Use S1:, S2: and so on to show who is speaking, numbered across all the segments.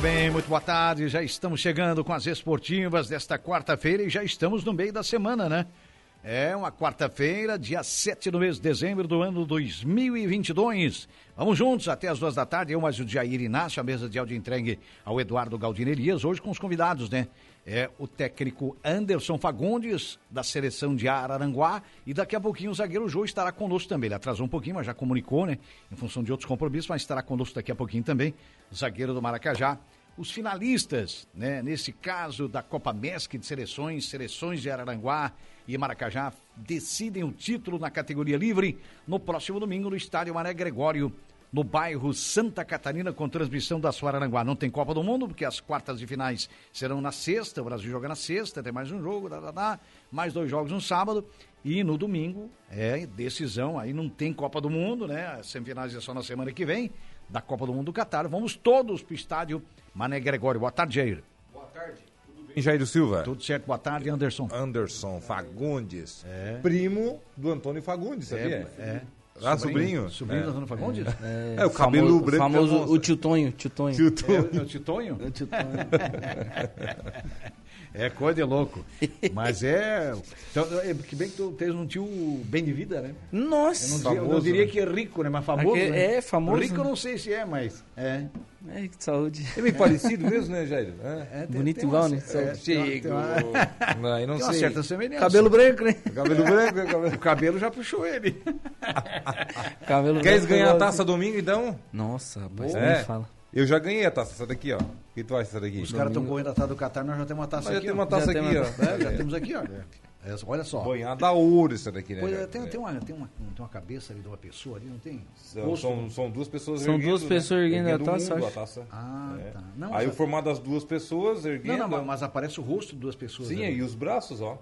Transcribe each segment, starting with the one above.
S1: bem, muito boa tarde. Já estamos chegando com as esportivas desta quarta-feira e já estamos no meio da semana, né? É uma quarta-feira, dia 7 do mês de dezembro do ano 2022. Vamos juntos até as duas da tarde. Eu mais o Jair Inácio, a mesa de áudio entregue ao Eduardo Galdinerias, hoje com os convidados, né? É o técnico Anderson Fagundes, da seleção de Araranguá, e daqui a pouquinho o zagueiro Jô estará conosco também. Ele atrasou um pouquinho, mas já comunicou, né? Em função de outros compromissos, mas estará conosco daqui a pouquinho também, o zagueiro do Maracajá os finalistas, né? Nesse caso da Copa MESC de seleções, seleções de Araranguá e Maracajá decidem o título na categoria livre no próximo domingo no estádio Maré Gregório, no bairro Santa Catarina, com transmissão da sua Araranguá. Não tem Copa do Mundo, porque as quartas de finais serão na sexta, o Brasil joga na sexta, tem mais um jogo, dá, dá, dá, mais dois jogos no sábado. E no domingo é decisão, aí não tem Copa do Mundo, né? As semifinais é só na semana que vem da Copa do Mundo do Catar. Vamos todos para o estádio Mané Gregório. Boa tarde, Jair.
S2: Boa tarde. Tudo bem, Jair Silva?
S1: Tudo certo, boa tarde, Anderson.
S2: Anderson Fagundes, é. primo do Antônio Fagundes, sabia? É. é. Ah, sobrinho?
S1: Sobrinho, sobrinho é. do Antônio Fagundes?
S3: É, o cabelo famoso, branco. Famoso, o tio Tonho, tio Tonho.
S1: Tio Tonho. o tio
S3: Tonho? O tio Tonho.
S1: É coisa de louco. Mas é. Então, é que bem que tu tens um tio bem de vida, né?
S3: Nossa!
S1: Eu não, famoso, eu não diria que é rico, né? Mas famoso. Aqui, né?
S3: É, famoso.
S1: Rico eu não sei se é, mas. É.
S3: É, de saúde.
S2: É bem parecido mesmo, né, Jair? É,
S3: é, Bonito tem igual, uma, né?
S2: É, Chico. Uma...
S1: Não, não tem sei. uma certa semelhança.
S3: Cabelo branco, né?
S1: Cabelo branco, cabelo... o cabelo já puxou ele.
S2: cabelo Queres branco, ganhar a taça assim. domingo, então?
S3: é Nossa, rapaz, Boa. nem fala.
S2: Eu já ganhei a taça, essa daqui, ó. O que tu acha dessa daqui?
S1: Os caras estão correndo atrás do Catar, nós já temos uma taça
S2: já
S1: aqui.
S2: Já temos uma taça aqui,
S1: uma...
S2: ó.
S1: É, já temos aqui, ó. É. Olha só.
S2: Banhada ouro essa daqui, né?
S1: Pois, é, tem, tem, uma, tem, uma, tem uma cabeça ali de uma pessoa ali, não tem?
S2: São, são, são duas pessoas
S3: São duas pessoas né? erguendo, erguendo a taça.
S2: Mundo, a taça.
S1: Ah, tá.
S2: Não, Aí o formado das duas pessoas erguendo.
S1: Não, não, mas aparece o rosto de duas pessoas.
S2: Sim,
S1: ali.
S2: e os braços, ó.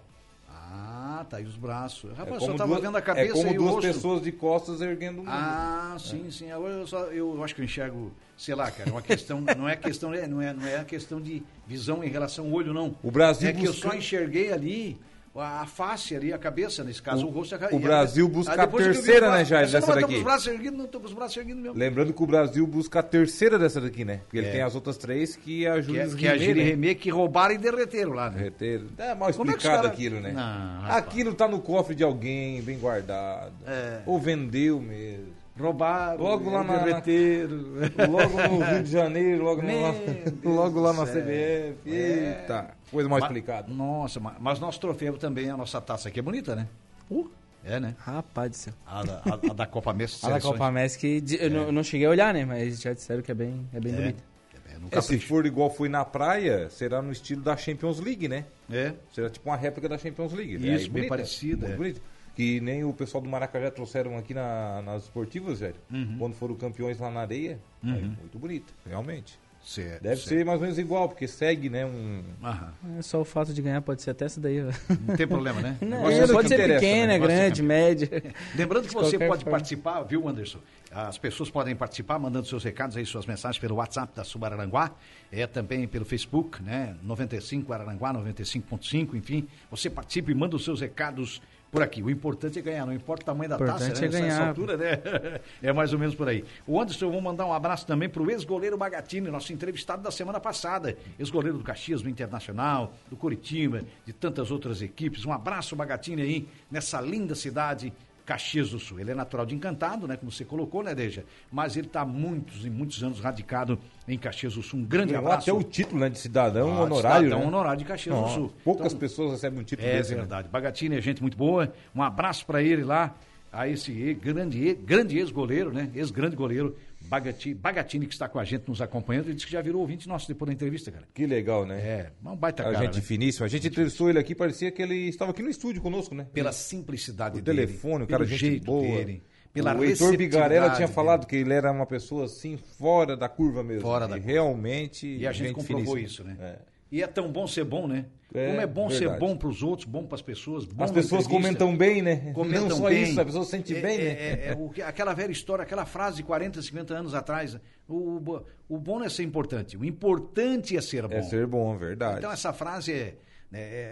S1: Ah, tá, e os braços. Rapaz, é eu tava duas, vendo a cabeça
S2: é como
S1: e
S2: duas rosto. pessoas de costas erguendo um.
S1: Ah, sim, é. sim. Agora eu, só, eu acho que eu enxergo, sei lá, cara, uma questão, não é questão, não é, não é a questão de visão em relação ao olho, não.
S2: O Brasil
S1: É busca... que eu só enxerguei ali a face ali, a cabeça, nesse caso, o, o rosto
S2: é O Brasil busca
S1: Ah,
S2: a terceira, né, Jair, dessa
S1: não,
S2: daqui.
S1: Não, braços erguidos, não, tô com os braços erguidos mesmo.
S2: Lembrando que o Brasil busca a terceira dessa daqui, né? Porque é. ele tem as outras três que a Júlia
S1: Que, é, que Remê, né? que roubaram e derreteram lá, né?
S2: Derreteram. É mal Como explicado é cara... aquilo, né? Não, aquilo tá no cofre de alguém, bem guardado. É. Ou vendeu mesmo.
S1: Roubaram,
S2: logo lá na,
S1: derreteiro.
S2: logo no Rio de Janeiro, logo, Meu lá, logo lá na CBF. Eita, coisa mal explicada.
S1: Nossa, mas nosso troféu também, a nossa taça aqui é bonita, né?
S3: Uh.
S1: É, né?
S3: Rapaz do céu.
S1: A, da, a, a da Copa é Mestre.
S3: a da Copa Mestre, que eu, é. não, eu, não, cheguei a olhar, né? Mas já disseram que é bem, é bem é. bonita.
S2: É, se for igual foi na praia, será no estilo da Champions League, né?
S1: É.
S2: Será tipo uma réplica da Champions League. né?
S1: Isso, bem bonita, parecida. é.
S2: Muito bonito que nem o pessoal do Maracajá trouxeram aqui na, nas esportivas, velho. Uhum. Quando foram campeões lá na areia, uhum. é muito bonito, realmente.
S1: Certo,
S2: Deve
S1: certo.
S2: ser mais ou menos igual, porque segue, né? Um...
S3: É só o fato de ganhar pode ser até essa daí. Véio.
S1: Não tem problema, né?
S3: Não, é, pode ser pequena, né? grande, média.
S1: Lembrando que você pode forma. participar, viu, Anderson? As pessoas podem participar mandando seus recados aí, suas mensagens pelo WhatsApp da Subararanguá, é também pelo Facebook, né? 95 Araranguá, 95.5, enfim. Você participa e manda os seus recados por aqui. O importante é ganhar, não importa o tamanho da
S3: importante
S1: taça, né?
S3: É ganhar. Nessa
S1: altura, né? é mais ou menos por aí. O Anderson, eu vou mandar um abraço também para o ex-goleiro Magatini, nosso entrevistado da semana passada. Ex-goleiro do Caxias, do Internacional, do Curitiba, de tantas outras equipes. Um abraço, Magatini, aí, nessa linda cidade. Caxias do Sul. Ele é natural de Encantado, né? Como você colocou, né, Deja? Mas ele está há muitos e muitos anos radicado em Caxias do Sul. Um grande Ganhou abraço.
S2: é até o título, né? De cidadão ah, honorário.
S1: Cidadão
S2: né?
S1: honorário de Caxias Não, do Sul.
S2: Poucas então, pessoas recebem um título
S1: é
S2: desse.
S1: É verdade. Né? Bagatini é gente muito boa. Um abraço para ele lá, a esse grande, grande ex-goleiro, né? Ex-grande goleiro Bagatini, Bagatini, que está com a gente nos acompanhando, ele disse que já virou ouvinte nosso depois da entrevista, cara.
S2: Que legal, né?
S1: É, um baita
S2: a
S1: cara.
S2: Gente
S1: né?
S2: finíssimo. A gente entrevistou ele aqui, parecia que ele estava aqui no estúdio conosco, né?
S1: Pela simplicidade
S2: o
S1: dele.
S2: telefone, o cara, é
S1: pelo
S2: gente
S1: jeito
S2: boa.
S1: dele. Pela
S2: o Heitor Bigarella tinha falado dele. que ele era uma pessoa assim, fora da curva mesmo.
S1: Fora da
S2: e realmente.
S1: E a gente, gente comprovou finíssima. isso, né? É. E é tão bom ser bom, né? É, Como é bom verdade. ser bom para os outros, bom para as pessoas.
S2: as pessoas comentam bem, né?
S1: Comentam
S2: Não só
S1: bem.
S2: isso, a pessoa se sente
S1: é,
S2: bem,
S1: é,
S2: né?
S1: É, o, aquela velha história, aquela frase de 40, 50 anos atrás. né? O, o bom não é ser importante, o importante é ser bom.
S2: É ser bom, verdade.
S1: Então essa frase é,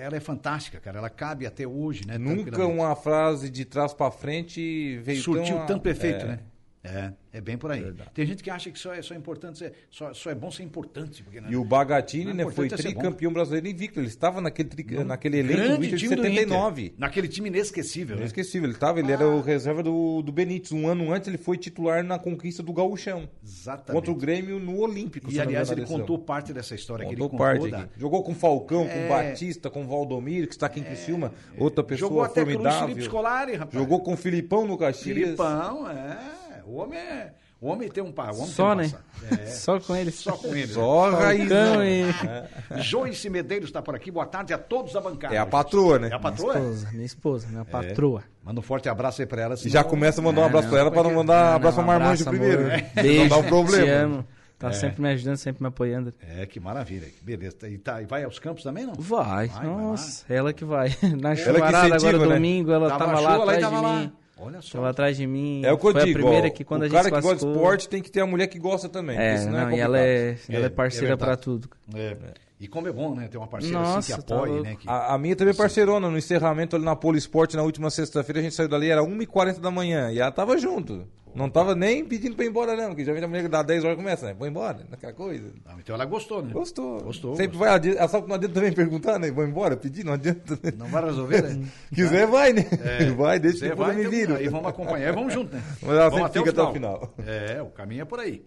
S1: ela é fantástica, cara. Ela cabe até hoje, né?
S2: um Nunca uma frase de trás para frente veio
S1: Surtiu
S2: tão,
S1: tanto efeito, né? É, é bem por aí. Tem gente que acha que só é, só é importante, ser- só, só é bom ser importante. Porque, né?
S2: E o Bagatini,
S1: Não,
S2: né,
S1: o
S2: foi
S1: importante é ser bom.
S2: tricampeão brasileiro invicto. Ele estava naquele, tri- naquele elenco do
S1: grande
S2: Inter de
S1: time do Inter,
S2: 79.
S1: naquele time inesquecível. né?
S2: Inesquecível, ele estava, ele era o reserva do, do Benítez. Um ano antes ele foi titular na conquista do Gaúchão.
S1: Exatamente.
S2: Contra o Grêmio no Olímpico. se
S1: E
S2: não me
S1: aliás,
S2: engano,
S1: ele
S2: a lesão.
S1: contou parte dessa história que ele
S2: Contou
S1: contou
S2: parte
S1: da-
S2: aqui. Jogou com Falcão, com Batista, com Valdomiro, que está aqui em Criciúma. Outra pessoa
S1: Jogou até com o Luiz
S2: formidável.
S1: Felipe Scolari, rapaz.
S2: Jogou com o Filipão no Caxias.
S1: Filipão, é. O homem é. O homem tem um par. O homem
S4: Só,
S1: tem
S4: né?
S1: um passado. É.
S4: Só com eles.
S1: Só com ele. Né? É.
S2: Só raiz.
S4: Então,
S2: né?
S4: e...
S1: Joyce Medeiros está por aqui. Boa tarde a todos da bancada.
S2: É a patroa, né?
S1: É a
S4: Minha
S1: patroa?
S4: esposa, minha esposa,
S3: É.
S4: minha patroa.
S1: Manda um forte abraço aí pra ela.
S2: E
S1: senão-
S2: já começa a mandar um abraço pra ela pra não mandar abraço pra
S4: um
S2: Marmanjo
S4: abraço,
S2: primeiro.
S4: amor.
S2: né?
S4: Beijo,
S2: Não dá um problema. É.
S4: te amo. Tá sempre me ajudando, sempre me apoiando.
S1: É, que maravilha. que Beleza. E, tá, e vai aos campos também, não?
S4: Vai,
S1: Vai,
S4: nossa, ela que vai. Na
S2: que
S4: chuvarada agora,
S2: incentiva, né?
S4: domingo, ela
S1: Tava
S4: tava,
S1: na
S4: lá
S1: chuva lá e
S4: atrás
S1: tava
S4: de
S1: lá.
S4: mim. tá-
S1: Olha só.
S4: Tava atrás de mim.
S2: É o que eu
S4: Foi
S2: digo,
S4: a primeira
S2: ó,
S4: que quando
S2: o
S4: a gente
S2: cara
S4: se
S2: que gosta de
S4: classificou-
S2: esporte tem que ter a mulher que gosta também. porque
S4: É,
S2: senão
S4: não, e
S2: complicado.
S4: ela é, ela
S1: É,
S4: é parceira
S1: é
S4: pra
S1: verdade.
S4: tudo.
S1: É. E como é bom, né? Ter uma parceira assim
S4: Nossa,
S1: que
S4: tá
S1: apoie,
S4: louco.
S1: né? Que...
S2: A, a minha também é parceirona, no encerramento ali na Polo Esporte na última sexta-feira, a gente saiu dali, era 1h40 da manhã, e ela tava junto. Não tava nem pedindo pra ir embora, não, porque geralmente a mulher que dá 10 horas começa, né? Vou embora, aquela coisa.
S1: Não, então ela gostou, né?
S2: Gostou.
S1: Gostou.
S2: Sempre vai, adi- ela sabe que não adianta também perguntar, né? Vou embora, pedir, não adianta. Né?
S1: Não vai resolver, né?
S2: Quiser, vai, né?
S4: É
S2: Vai, deixa
S1: Você
S2: que depois
S1: É, vai,
S2: eu me
S1: então,
S2: viro.
S1: aí vamos acompanhar e vamos junto, né?
S2: Mas ela
S1: Vamos
S2: sempre fica até o
S1: É, o caminho é por aí.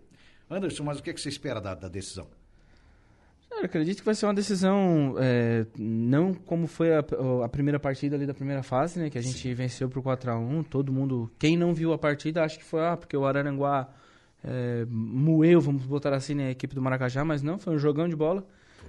S1: Anderson, mas o que, é que você espera da, da decisão?
S4: Cara, eu acredito que vai ser uma decisão, é, não como foi a, a primeira partida ali da primeira fase, né? Que a gente venceu por 4x1, todo mundo... Quem não viu a partida, acho que foi, ah, porque o Araranguá é, moeu, vamos botar assim, né? A equipe do Maracajá, mas não, foi um jogão de bola.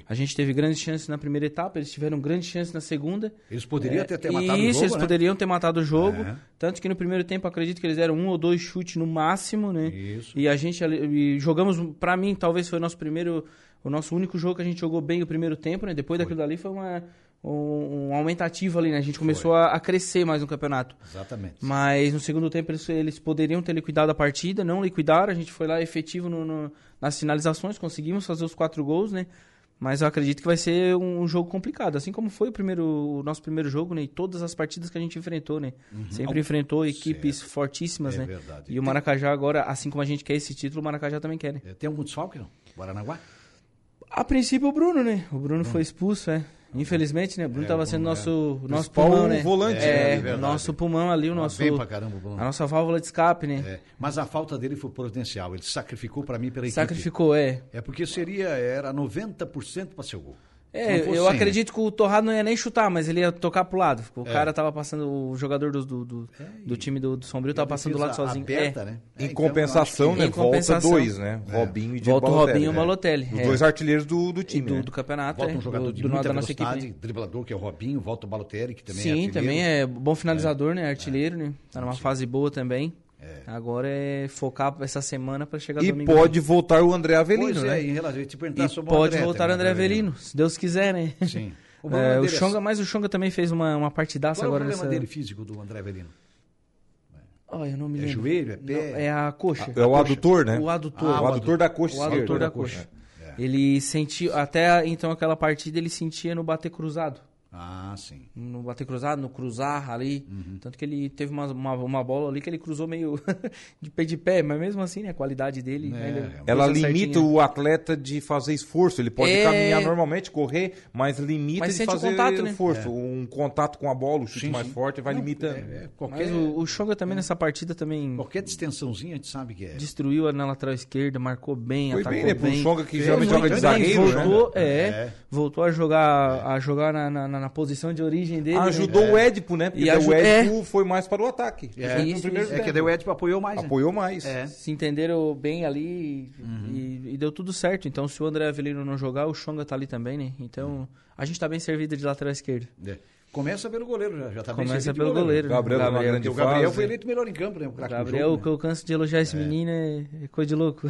S4: A gente teve grandes chances na primeira etapa, eles tiveram grandes chances na segunda.
S1: Eles poderiam ter, ter
S4: É,
S1: matado
S4: Isso,
S1: o jogo,
S4: eles
S1: né?
S4: poderiam ter matado o jogo.
S1: É.
S4: Tanto que no primeiro tempo, acredito que eles deram um ou dois chutes no máximo, né?
S1: Isso.
S4: E a gente ali- e jogamos, pra mim, talvez foi o nosso primeiro, o nosso único jogo que a gente jogou bem o primeiro tempo, né? Depois daquilo dali foi uma, um, um aumentativo ali, né? A gente começou a, a crescer mais no campeonato.
S1: Exatamente.
S4: Mas no segundo tempo eles, eles poderiam ter liquidado a partida, não liquidaram. A gente foi lá efetivo no- no- nas finalizações, conseguimos fazer os quatro gols, né? Mas eu acredito que vai ser um, um jogo complicado, assim como foi o, primeiro, o nosso primeiro jogo, né? E todas as partidas que a gente enfrentou, né? Sempre enfrentou equipes fortíssimas,
S1: Uhum. É
S4: né?
S1: verdade.
S4: E o Maracajá agora, assim como a gente quer esse título, o Maracajá também quer, né?
S1: É, Tem algum desfalque, não? Guaranaguá?
S4: A princípio o Bruno, né? O Bruno foi expulso, é. Infelizmente, né? O Bruno estava sendo nosso, nosso
S2: Principal
S4: pulmão, né?
S2: volante, né?
S4: é,
S1: É verdade.
S4: nosso pulmão ali, o Ah. nosso...
S1: Bem pra caramba, Bruno.
S4: A nossa válvula de escape, né?
S1: É, mas a falta dele foi providencial. Ele sacrificou pra mim pela equipe.
S4: Sacrificou, é.
S1: É porque seria, era 90% pra seu gol.
S4: É,
S1: Se não fosse né?
S4: eu
S1: 100,
S4: acredito que o Torrado não ia nem chutar, mas ele ia tocar pro lado. O
S1: É.
S4: cara tava passando, o jogador do, do, do, do time do, do Sombrio
S1: né?
S4: tava tá passando do lado
S1: Defesa
S4: sozinho.
S1: Aberta,
S4: é.
S1: né? É,
S2: Em
S1: então, eu acho
S2: compensação,
S1: que-
S2: né?
S4: Em
S2: Volta
S4: compensação.
S2: dois, né? Robinho e Diego
S4: Volta o
S2: Balotelli,
S4: Robinho e o
S2: né?
S4: Balotelli.
S2: Os
S4: é.
S2: dois artilheiros do, do
S4: E
S2: time.
S4: do,
S2: né?
S4: do campeonato,
S1: Volta
S4: é,
S1: um jogador
S4: do,
S1: de
S4: do-
S1: muita
S4: da nossa equipe.
S1: velocidade,
S4: né?
S1: driblador, que é o Robinho, volta o Balotelli, que também é
S4: Sim,
S1: artilheiro. É,
S4: também é bom finalizador, né? Artilheiro, né? Tá numa fase boa também. Agora é focar essa semana pra chegar
S2: E
S4: domingo.
S2: pode voltar o André Avelino,
S1: Pois
S2: né?
S1: é, em relação, eu ia te perguntar
S4: E
S1: sobre o
S4: pode
S1: André
S4: voltar o
S1: também,
S4: André Avelino, se Deus quiser, né?
S1: Sim.
S4: O,
S1: problema
S4: é, o
S1: dele é-
S4: Xonga, mas o Xonga também fez uma, uma partidaça
S1: Qual é o
S4: agora
S1: problema
S4: nessa.
S1: dele físico do André Avelino?
S4: Ó, eu não me
S1: É
S4: lembro.
S1: joelho, é pé?
S4: Não, é a coxa.
S2: É o adutor, né?
S4: O adutor.
S2: Ah, o adutor da coxa É.
S4: O adutor
S2: esquerda.
S4: da coxa. Ele sentiu, até então aquela partida ele sentia no bater cruzado.
S1: Ah, sim.
S4: No bater cruzado, no cruzar ali.
S2: Uhum.
S4: Tanto que ele teve uma, uma, uma bola ali que ele cruzou meio de pé de pé, mas mesmo assim, né, a qualidade
S2: É,
S4: dele. né, ele
S2: Ela
S4: cruza
S2: limita
S4: certinho.
S2: o atleta de fazer esforço. Ele pode
S4: É.
S2: caminhar normalmente, correr, mas limita
S4: Mas
S2: de
S4: sente o
S2: fazer
S4: contato, né?
S2: esforço. Um contato com a bola, um chute mais forte, vai limitando.
S1: É,
S4: Mas
S1: qualquer,
S4: o, o Xonga
S2: É.
S4: também nessa partida também
S1: qualquer é distensãozinha a gente sabe que é.
S4: destruiu na lateral esquerda, marcou bem,
S2: Foi
S4: atacou
S2: bem, né? Pro Xonga que
S4: Fez
S2: geralmente joga
S4: muito
S2: de
S4: bem,
S2: zagueiro, né? É.
S4: voltou, é,
S1: É.
S4: voltou a jogar, a jogar na, na, na- na posição de origem dele. né?
S2: Ajudou o Édipo, né? Porque
S4: E
S2: daí o
S4: ajuda- é.
S2: Édipo foi mais para o ataque.
S1: É,
S2: Foi no
S4: isso,
S2: primeiro
S4: isso.
S1: É
S2: tempo.
S1: que daí o Edipo apoiou mais, né?
S2: Apoiou mais.
S1: É.
S4: se entenderam bem ali e-
S1: Uhum.
S4: e, e deu tudo certo. Então, se o André Avelino não jogar, o Xonga tá ali também, né? Então, a gente tá bem servido de lateral esquerdo.
S1: É. Começa pelo goleiro, já, já tá bem
S4: Começa
S1: servido de
S4: pelo goleiro, né?
S2: Gabriel, tá na
S4: Gabriel.
S2: grande
S1: Porque o Gabriel
S2: fase.
S1: foi eleito melhor em campo, né? O craque do
S4: Gabriel, o
S1: jogo,
S4: que eu canso de elogiar esse menino é, é coisa de louco.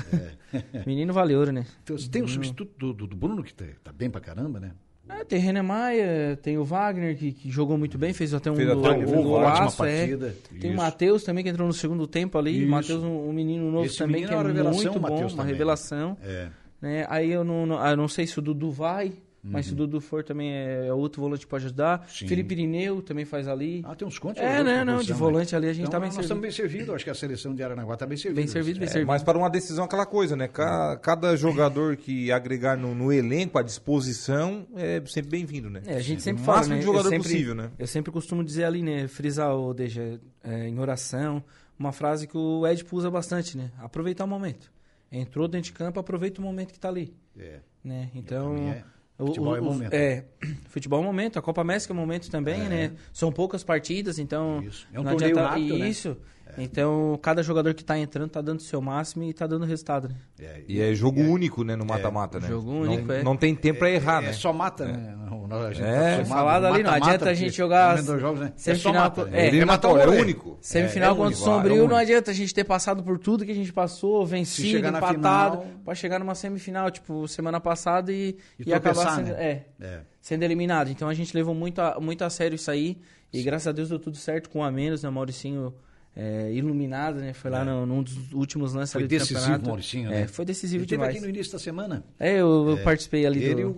S1: É.
S4: menino vale ouro, né?
S1: né? Então, Tem o substituto do, do- do Bruno, que tá, tá bem pra caramba, né?
S4: Ah, tem René Maia, tem o Wagner, que, que jogou muito bem, fez até um,
S2: Fez
S4: gol-
S2: até um gol,
S4: um
S1: ótima
S4: golaço. É.
S1: partida.
S4: Tem o
S1: Isso.
S4: Matheus também, que entrou no segundo tempo ali.
S1: Isso.
S4: O Matheus, um, um menino novo
S1: Esse
S4: também,
S1: menino
S4: que
S1: é
S4: é
S1: uma revelação, É.
S4: muito
S1: o
S4: bom,
S1: Matheus
S4: uma
S1: também.
S4: revelação.
S1: É.
S4: né? Aí eu não, não, ah, eu não sei se o Dudu vai,
S3: Mas se
S2: Uhum.
S3: o Dudu for também é outro volante que pode ajudar.
S1: Sim.
S3: Felipe Irineu também faz ali.
S1: Ah, tem uns contos.
S3: É, né? Não, de volante ali a gente tá bem
S1: Então, ah, nós estamos
S3: servido.
S1: bem servido. Acho que a seleção de Aranaguá está bem servida. né?
S3: Bem servido, bem
S2: É,
S3: servido.
S2: mas para uma decisão, aquela coisa, né? Ca- Cada, jogador que agregar no, no elenco, à disposição, é sempre bem-vindo, né?
S3: É, a gente sempre
S2: o
S3: fala,
S2: máximo
S3: né?
S2: de jogador
S3: eu sempre,
S2: possível, né?
S3: Eu sempre costumo dizer ali, né? Frisar, ou deixa é, em oração, uma frase que o Ed usa bastante, né? Aproveitar o momento. Entrou dentro de campo, aproveita o momento que tá ali,
S1: É.
S3: né? Então...
S1: mim é- futebol é momento.
S3: É, futebol é momento. A Copa América é momento também, né? São poucas partidas, então...
S1: Isso. É um
S3: não
S1: torneio
S3: adianta-
S1: rápido, né?
S3: Isso. Então, cada jogador que tá entrando tá dando o seu máximo e tá dando resultado, né?
S1: É,
S2: E é jogo único, né? No mata-mata, né?
S3: Jogo
S2: Não-
S3: único,
S2: não,
S3: é.
S2: tem tempo para errar,
S1: é
S2: né?
S1: só mata, né? Não, não, a gente
S2: É,
S1: acostumado,
S3: falado ali, não
S1: mata-mata,
S3: adianta a
S1: porque
S3: gente jogar
S1: também dois jogos, né? É só
S3: semifinal
S1: mata.
S3: com-
S1: né?
S3: é.
S1: Ele matar o
S2: é
S1: goleiro.
S2: único.
S3: Semifinal
S1: É, é
S3: contra o
S1: único, ah, é
S3: Sombrio,
S1: único.
S3: não adianta a gente ter passado por tudo que a gente passou, vencido,
S1: chegar na
S3: empatado,
S1: final-
S3: pra chegar numa semifinal, tipo, semana passada e,
S1: E
S3: e acabar
S1: tropeçar,
S3: sendo,
S1: né?
S3: é,
S1: É.
S3: sendo eliminado. Então a gente levou muito a, muito a sério isso aí e graças a Deus deu tudo certo com um a menos, né? O Mauricinho é, iluminado, né? Foi lá no, num dos últimos
S1: É.
S3: lances
S1: Foi
S3: ali do
S1: decisivo
S3: campeonato.
S1: o Mauricinho,
S3: É,
S1: né?
S3: foi decisivo
S1: Ele esteve
S3: demais.
S1: aqui no início da semana.
S3: É, eu, eu participei ali
S1: Ele
S3: do...
S1: e o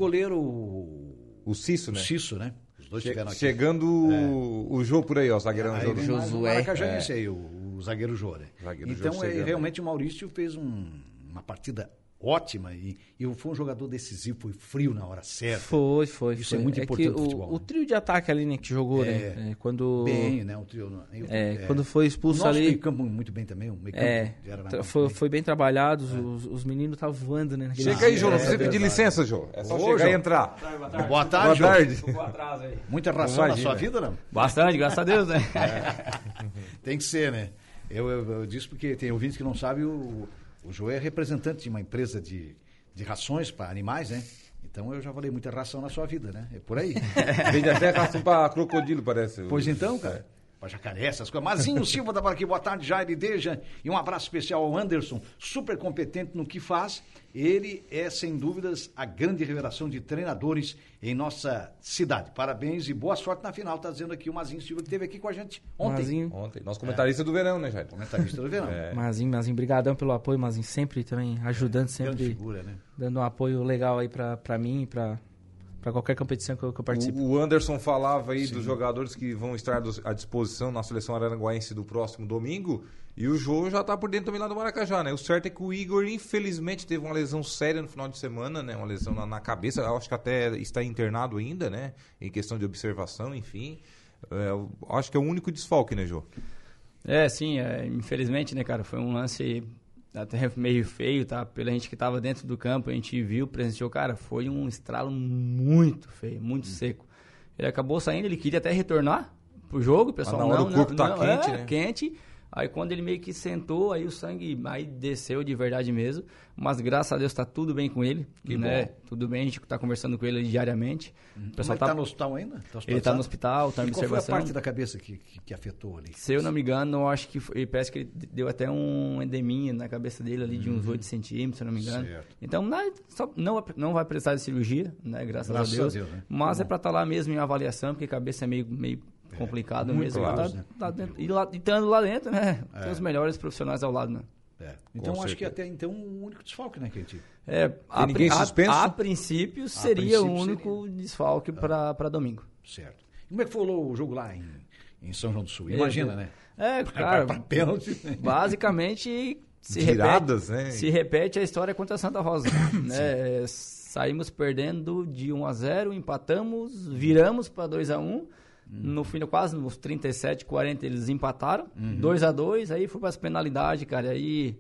S1: goleiro
S2: O Cício, né?
S1: Cisso, né? Os dois
S2: Che-
S1: estiveram aqui.
S2: Chegando o- o jogo por aí, ó, zagueirão.
S1: Aí
S2: jogo.
S1: vem mais um
S3: Josué. é.
S1: maracajense aí, o, o zagueiro Jô, né?
S2: Zagueiro Jô
S1: então, é,
S2: chegando.
S1: realmente, o Maurício fez um- uma partida ótima e, e foi um jogador decisivo, foi frio na hora certa.
S3: Foi, foi.
S1: Isso
S3: foi.
S1: é muito
S3: que
S1: importante no
S3: o-
S1: futebol,
S3: O,
S1: né?
S3: trio de ataque ali, né, que jogou, né? é, quando...
S1: Bem, né? O trio, não-
S3: É,
S1: é.
S3: quando foi
S1: O
S3: expulso
S1: nosso
S3: ali.
S1: meio campo muito bem também, o meio campo
S3: É,
S1: de Aranaguá.
S3: tra- foi, foi bem trabalhado,
S1: É.
S3: os- os, os meninos estavam voando, né? naquele
S2: Chega
S3: dia.
S2: aí, Jô. Não
S3: É,
S2: precisa pedir licença, Jô. É só
S1: Ô,
S2: chegar
S1: Jô.
S2: e entrar.
S1: Boa
S2: Boa
S1: tarde, Jô.
S2: tarde.
S1: Muita ração na
S2: Imagina.
S1: sua vida, não?
S4: Bastante, graças a Deus, né?
S3: É.
S1: Tem que ser, né? Eu, eu, eu disse porque tem ouvintes que não sabem, o, o João é representante de uma empresa de, de rações para animais, né? Então eu já falei muita ração na sua vida, né? É por aí.
S2: Vende até ração pra crocodilo, parece.
S1: pois então, cara. Pra jacaré, essas coisas. Mazinho Silva da Barqui, boa tarde, Jair e Deja. E um abraço especial ao Anderson, super competente no que faz. Ele é, sem dúvidas, a grande revelação de treinadores em nossa cidade. Parabéns e boa sorte na final, tá dizendo aqui o Mazinho Silva, que esteve aqui com a gente ontem.
S3: Mazinho,
S2: Ontem. Nosso comentarista do verão, né, Jair?
S1: Comentarista do verão.
S3: Mazinho, Mazinho, brigadão pelo apoio, Mazinho, sempre também ajudando,
S1: Grande
S3: sempre
S1: figura, né?
S3: dando um apoio legal aí pra, pra mim, pra, pra qualquer competição que eu, que eu participo.
S2: O, o Anderson falava aí dos jogadores que vão estar dos- à disposição na seleção aranguaense do próximo domingo. E o Jô já tá por dentro também lá do Maracajá, né? O certo é que o Igor, infelizmente, teve uma lesão séria no final de semana, né? Uma lesão na, na cabeça. Eu Acho que até está internado ainda, né? Em questão de observação, enfim. É, eu acho que é o único desfalque, né, Jô?
S4: É, sim, é, infelizmente, né, cara, foi um lance até meio feio, tá? Pela gente que tava dentro do campo, a gente viu, presenciou, cara, foi um estralo muito feio, muito
S2: Hum.
S4: seco. Ele acabou saindo, ele queria até retornar pro jogo, o pessoal
S2: na hora
S4: não,
S2: o corpo
S4: não,
S2: tá
S4: não,
S2: quente,
S4: é,
S2: né?
S4: quente. Aí quando ele meio que sentou, aí o sangue aí desceu de verdade mesmo, mas graças a Deus tá tudo bem com ele,
S2: Que bom.
S4: né?
S2: Hum. é
S4: Tudo bem, a gente tá conversando com ele diariamente. O
S1: Mas ele
S4: pessoal
S1: tá,
S4: tá,
S1: no hospital ainda? Tá
S4: ele tá no hospital, tá em
S1: E qual foi a
S4: observação. né?
S1: parte da cabeça que, que, que afetou ali?
S4: Se eu não me engano, eu acho que foi, parece que ele deu até um endeminha na cabeça dele ali de uns 8 centímetros, se eu não me engano.
S1: Certo.
S4: Então, na- só- não, vai- não vai precisar de cirurgia, né? Graças,
S1: Graças
S4: a Deus.
S1: a Deus, né?
S4: Mas é para estar lá mesmo em avaliação, porque cabeça é meio, meio complicado
S2: muito
S4: mesmo.
S2: claro,
S4: Tá-
S1: né?
S4: tá dentro- e, lá, e estando lá dentro, né? Tem os melhores profissionais ao lado, né?
S1: É. Então
S2: Com
S1: acho que
S2: certeza.
S1: até então o único desfalque, né, Quentinho?
S4: É, a,
S2: ninguém
S4: pri- a-
S2: suspenso?
S4: a princípio seria o
S1: princípio
S4: único desfalque para para domingo.
S1: Certo. E como é que foi o jogo lá em, em São João do Sul? Imagina, né?
S4: É,
S1: Vai
S4: cara.
S1: pra pênalti. né?
S4: basicamente se
S2: Viradas,
S4: repete,
S2: né?
S4: se repete a história contra Santa Rosa, né? É, Saímos perdendo de 1 a 0, empatamos, viramos para 2 a 1. No fim, quase nos 37, 40 eles empataram, 2 a 2, aí foi para as penalidades, cara. Aí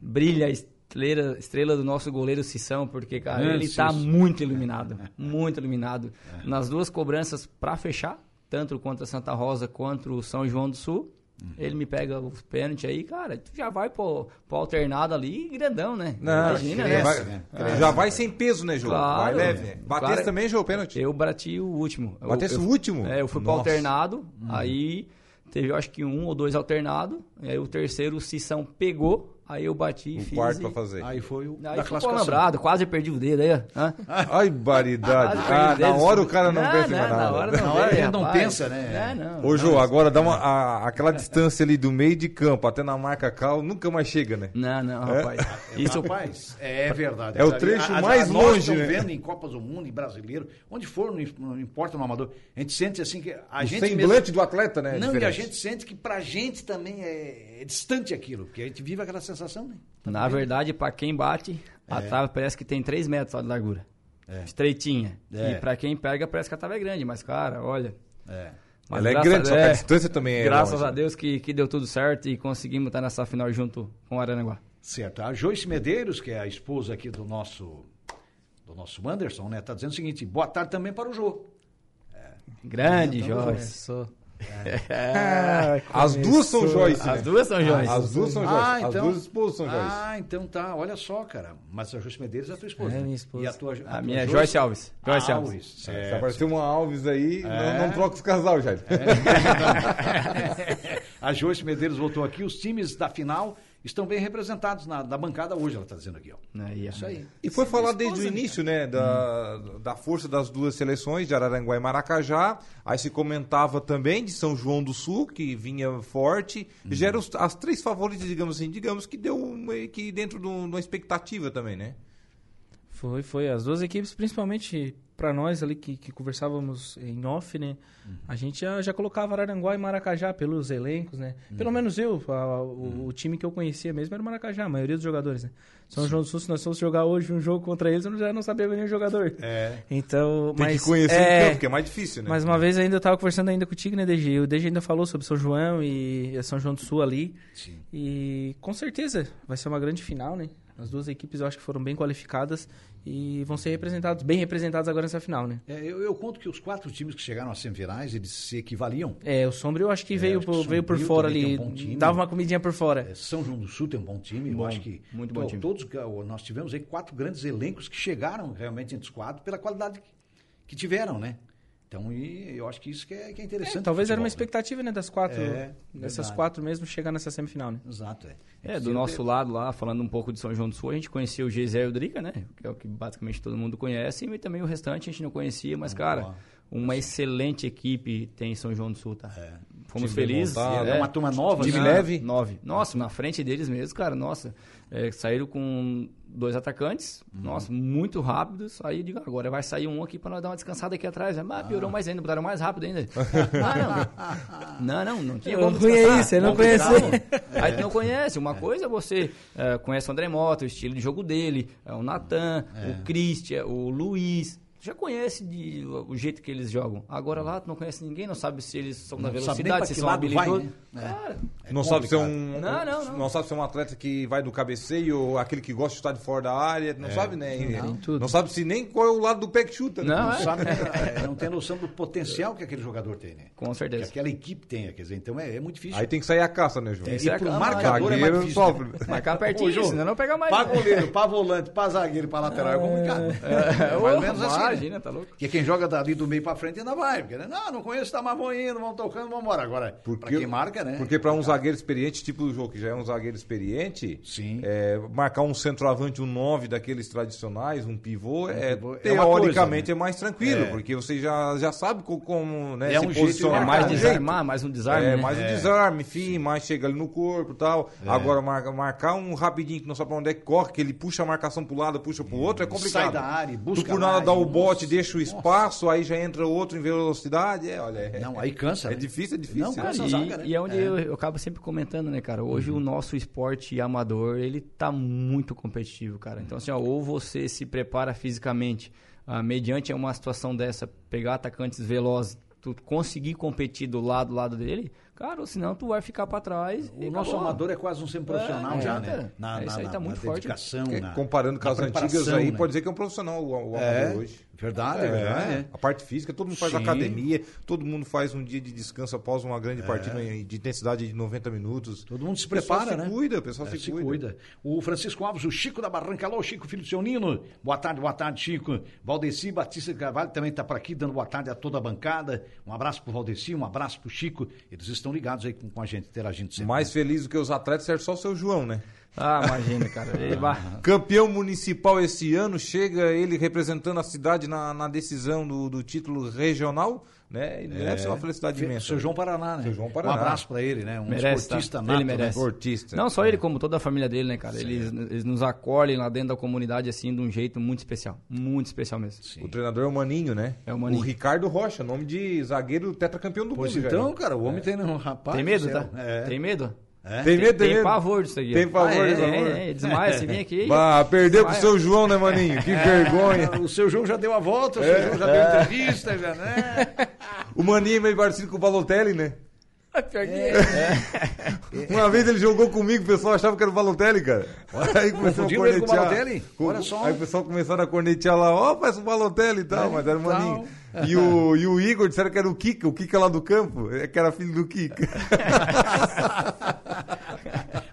S4: brilha a estrela, estrela do nosso goleiro Sissão, porque cara,
S1: É,
S4: ele tá
S1: Cício.
S4: muito iluminado, muito iluminado. Nas duas cobranças para fechar, tanto contra Santa Rosa quanto o São João do Sul, ele me pega os pênaltis aí, cara, tu já vai pro, pro alternado ali, grandão, né? Imagina,
S2: já
S1: cresce,
S4: né?
S2: vai,
S1: né?
S2: já vai sem peso, né, Jô? vai
S4: Claro.
S2: leve. né? Batesse
S4: Cara,
S2: também, Jô, pênalti?
S4: Eu bati o último. Eu-
S2: Batesse
S4: eu-
S2: o último?
S4: É, eu fui
S2: Nossa. Uhum.
S4: pro alternado, aí teve eu acho que um ou dois alternado, e aí o terceiro o Sissão pegou, Aí eu bati e
S2: O
S4: fiz.
S2: quarto
S4: e...
S2: pra fazer.
S1: Aí foi o
S4: Aí
S1: da
S4: ficou
S1: classificação.
S4: lembrado, quase perdi o dedo aí. ó. né? Hã?
S2: Ai, baridade.
S4: Quase perdi
S2: Ah,
S4: o
S2: na
S4: dedo.
S2: hora o cara não, pensa em
S4: Ah, não,
S2: mais nada.
S4: Na hora, não
S1: Na hora a
S4: vê,
S1: gente não
S4: rapaz.
S1: pensa, né?
S4: É, não. é
S2: Ô, Jô, agora dá uma, a- aquela distância ali do meio de campo até na marca cal, nunca mais chega, né?
S4: Não, não, rapaz. Isso
S1: Rapaz, é verdade.
S2: É o trecho
S1: nós
S2: mais longe,
S1: estamos
S2: né?
S1: vendo em Copas do Mundo, em brasileiro, onde for, não im- não importa no amador. A gente sente assim que a
S2: o
S1: gente.
S2: semblante do atleta, né? é
S1: Mesmo, não, e a
S2: diferente.
S1: gente sente que pra gente também é, é distante aquilo, porque a gente vive aquela sensação, né?
S4: Na verdade, pra quem bate, a
S1: É.
S4: trave parece que tem 3 metros só de largura. Estreitinha.
S1: É.
S4: E pra quem pega, parece que a trave é grande, mas, cara, olha.
S1: É.
S4: Mas
S2: Ela é
S4: graças-
S2: grande, só que a
S4: é,
S2: distância também é
S4: graças
S2: longe,
S4: a
S2: né?
S4: Deus que, que deu tudo certo e conseguimos estar nessa final junto com o Aranaguá.
S1: Certo. A Joyce Medeiros, que é a esposa aqui do nosso do nosso Anderson, né? Tá dizendo o seguinte: boa tarde também para o Jô.
S4: Grande, Joyce.
S3: Começou.
S2: As duas são É. Joyce, né?
S4: As duas são Ah, então. Joyce.
S2: As duas são Joyce. As duas esposas são Joyce.
S1: então Ah, então tá. Olha só, cara. Mas a Joyce Medeiros é a tua esposa.
S3: É,
S1: né?
S3: minha esposa.
S1: E a tua,
S4: A
S1: tua Ah,
S4: minha é Joyce Alves.
S2: Ah,
S4: Joyce Alves.
S2: Se
S1: certo.
S2: aparecer uma Alves aí, não,
S4: É.
S2: não troca os casal, Jair.
S1: A Joyce Medeiros voltou aqui. Os times da final estão bem representados na, na bancada hoje, ela está dizendo aqui. Ó.
S4: Aí, ó.
S1: Isso aí.
S2: E foi falar desde o início, né, da, da força das duas seleções, de Araranguá e Maracajá. Aí se comentava também de São João do Sul, que vinha forte. Já eram os- as três favoritas, digamos assim, digamos que deu meio que dentro de um- de uma expectativa também, né?
S3: Foi, foi. As duas equipes, principalmente pra nós ali que, que conversávamos em off, né?
S2: Uhum.
S3: A gente já, já colocava Araranguá e Maracajá pelos elencos, né?
S2: Uhum.
S3: Pelo menos eu, a- o, o time que eu conhecia mesmo era o Maracajá, a maioria dos jogadores, né? São João do Sul, se nós fosse jogar hoje um jogo contra eles, eu já não sabia nenhum jogador.
S1: É.
S3: Então,
S2: Tem
S3: mas,
S2: que conhecer o
S3: é,
S2: campo, que é mais difícil, né?
S3: Mas uma vez ainda eu tava conversando ainda contigo, né, DG? O DG ainda falou sobre São João e e São João do Sul ali.
S1: Sim.
S3: E com certeza vai ser uma grande final, né? As duas equipes eu acho que foram bem qualificadas e vão ser representados, bem representadas agora nessa final, né?
S1: É, eu, eu conto que os quatro times que chegaram às semifinais, eles se equivaliam.
S3: É, o Sombrio eu acho que veio,
S1: acho que
S3: por-
S1: o
S3: veio por
S1: Sombrio
S3: fora
S1: também
S3: ali,
S1: tem um bom time.
S3: dava uma comidinha por fora.
S1: É, São João do Sul tem um bom time, eu acho que
S4: muito bom
S1: to-
S4: time.
S1: todos ga- nós tivemos aí quatro grandes elencos que chegaram realmente entre os quatro pela qualidade que, que tiveram, né? Então, e eu acho que isso que é, que é
S3: É,
S1: interessante. no
S3: talvez era uma
S1: futebol,
S3: expectativa, né, das quatro,
S1: É,
S3: dessas
S1: verdade.
S3: quatro mesmo chegar nessa semifinal, né?
S1: né? Exato, é.
S4: É, do nosso lado lá, falando um pouco de São João do Sul, a gente conhecia o Geisel Drica, né? Que é o que basicamente todo mundo conhece, e também o restante a gente não conhecia, mas, cara, uma
S2: Assim.
S4: excelente equipe tem São João do Sul, tá? Fomos
S2: É, Time bem
S4: felizes.
S2: montado.
S1: É uma turma nova,
S4: Time
S1: né?
S2: leve?
S4: Nove. Nossa, na frente deles mesmo, cara, nossa. É, saíram com dois atacantes,
S1: Uhum.
S4: nossa, muito rápidos. Aí eu digo, agora vai sair um aqui pra nós dar uma descansada aqui atrás. né? Mas
S1: Ah.
S4: piorou mais ainda, botaram mais rápido ainda. ah, não. não, não, não tinha
S3: O
S4: como
S3: ruim é
S4: descansar.
S3: isso, ele não
S4: Vamos descansar,
S3: conhece.
S4: pô. Aí tu não conhece. Uma coisa é você eh, conhece o André Mota, o estilo de jogo dele, eh, o Natan,
S1: É.
S4: o Christian, o Luiz. Tu já conhece de- o jeito que eles jogam. Agora lá tu não conhece ninguém, não sabe se eles são da
S1: Uhum. Não sabe nem pra
S4: velocidade, se
S1: que
S4: são
S1: lado vai,
S4: habilidosos.
S1: né?
S4: Cara,
S2: não sabe se é um,
S4: Não, não, não.
S2: sabe se é um atleta que vai do cabeceio ou aquele que gosta de chutar de fora da área, não sabe, né? Não,
S3: tudo.
S2: sabe se nem qual é o lado do pé que chuta. né?
S4: Não,
S1: Não,
S4: é.
S1: sabe, né? É, não tem noção do potencial que aquele jogador tem, né?
S4: Com
S1: Que
S4: certeza.
S1: aquela equipe tem, quer dizer, então é, é muito difícil.
S2: Aí tem que sair a caça, né, João?
S1: e
S4: Será que
S1: pro
S4: ela-
S1: marcador é mais
S2: Zagueiro
S1: difícil.
S2: sofre.
S1: né?
S4: Marcar
S1: Ô,
S4: pertinho,
S1: Jô,
S4: senão não pega mais.
S1: Pra
S4: né?
S1: goleiro, pra volante, pra zagueiro, pra lateral é complicado.
S4: É,
S1: mais ou
S4: ô,
S1: menos assim, né?
S4: imagina, tá louco?
S1: Porque quem joga dali do meio pra frente ainda vai. Porque, né? Não, não conheço, tá, mas vão indo, vão tocando, vão embora. Agora, pra quem marca, né?
S2: Porque pra um zagueiro experiente, tipo o jogo que já é um zagueiro experiente,
S1: Sim.
S2: é, marcar um centroavante, um 9 daqueles tradicionais, um pivô, é,
S1: pivô é uma
S2: teoricamente
S1: coisa,
S2: é mais tranquilo,
S1: É.
S2: porque você já, já sabe co- como né,
S1: É
S2: se
S1: um jeito de
S2: posicionar.
S4: É
S1: marcar,
S4: mais
S1: né?
S2: um jeito.
S4: desarmar, mais um desarme.
S2: É,
S4: né?
S2: mais um desarme, fim, mais chega ali no corpo e tal.
S1: É.
S2: Agora, marca- marcar um rapidinho que não sabe pra onde é que corre, que ele puxa a marcação pro lado, puxa pro outro, é complicado.
S1: Sai da área, busca
S2: Tu por nada
S1: mais,
S2: dá o
S1: nossa,
S2: bote, deixa o espaço, aí já entra outro em velocidade, é, olha. é-
S1: Não, aí cansa.
S2: É
S1: né?
S2: difícil, é difícil.
S1: Não,
S2: né?
S1: cara,
S4: Cara,
S1: essa
S4: e,
S1: zaga, né?
S4: e é onde Eu, eu acabo sempre comentando, né, cara? Hoje o nosso esporte amador, ele tá muito competitivo, cara. Então, assim, ó, ou você se prepara fisicamente, ah, mediante uma situação dessa, pegar atacantes velozes, tu conseguir competir do lado, lado dele, cara, ou senão tu vai ficar pra trás
S1: O nosso amador é quase um semiprofissional
S4: É,
S1: já,
S4: é,
S1: né?
S4: cara.
S1: Na,
S4: Isso aí
S1: na-
S4: tá
S1: na-
S4: muito
S1: na
S4: forte.
S1: dedicação,
S2: É,
S1: na-
S2: comparando com
S1: na
S2: as antigas
S1: preparação,
S2: aí,
S1: né?
S2: pode dizer que é um profissional o, o
S1: É,
S2: amador hoje.
S1: verdade, é verdade. é.
S2: A parte física, todo mundo faz
S1: Sim.
S2: academia, todo mundo faz um dia de descanso após uma grande partida em- de intensidade de 90 minutos.
S1: É. Todo mundo se
S2: O pessoal
S1: prepara,
S2: se
S1: né?
S2: cuida, o pessoal
S1: É,
S2: se,
S1: se
S2: cuida.
S1: cuida. O Francisco Alves, o Chico da Barranca. Alô, Chico, filho do seu Nino. Boa tarde, boa tarde, Chico. Valdeci Batista Carvalho também está por aqui, dando boa tarde a toda a bancada. Um abraço pro Valdeci, um abraço pro Chico. Eles estão ligados aí com, com a gente, interagindo sempre.
S2: Mais feliz do que os atletas é só o seu João, né?
S4: Ah, imagina, cara. Ele,
S1: Ah.
S4: bah,
S2: Campeão municipal esse ano, chega ele representando a cidade na, na decisão do, do título regional, né? E deve ser uma felicidade imensa.
S1: É. Seu João Paraná, né?
S2: Seu João Paraná.
S1: Um abraço pra ele, né? Um
S4: merece, tá?
S1: esportista nato,
S4: Ele
S1: né?
S4: merece.
S2: Esportista.
S4: Não só ele, como toda a família dele, né, cara? Eles, eles nos acolhem lá dentro da comunidade, assim, de um jeito muito especial. Muito especial mesmo.
S2: O treinador é o Maninho, né?
S4: É o Maninho.
S2: Ricardo Rocha, nome de zagueiro tetracampeão do
S1: Pois
S2: mundo.
S1: então,
S2: Jair.
S1: cara, o homem tem um rapaz.
S4: Tem
S1: do
S4: medo,
S1: céu.
S4: tá?
S1: É.
S4: Tem medo?
S1: É.
S2: Tem medo, tem
S4: Tem
S2: medo?
S4: pavor disso aqui.
S2: Tem
S4: ó.
S2: pavor,
S4: Ah, é,
S2: tem pavor.
S4: é, é, desmaia, se vem aqui.
S2: Bah, perdeu pro
S4: desmaia.
S2: seu João, né, Maninho?
S1: É.
S2: Que vergonha.
S1: Ah, O seu João já deu a volta, o seu João já deu entrevista, já, né?
S2: O Maninho é meio parecido com o Balotelli, né?
S3: Ah, Pior que
S1: É.
S2: Uma vez ele jogou comigo, o pessoal achava que era o Balotelli, cara. Aí começou
S1: Confundiu ele com o Balotelli? Olha só. É,
S2: Aí o pessoal começaram a cornetear lá, ó, parece o Balotelli e tal, mas era o
S1: tal.
S2: Maninho. E o, e o Igor disseram que era o Kika, o Kika lá do campo, é que era filho do Kika.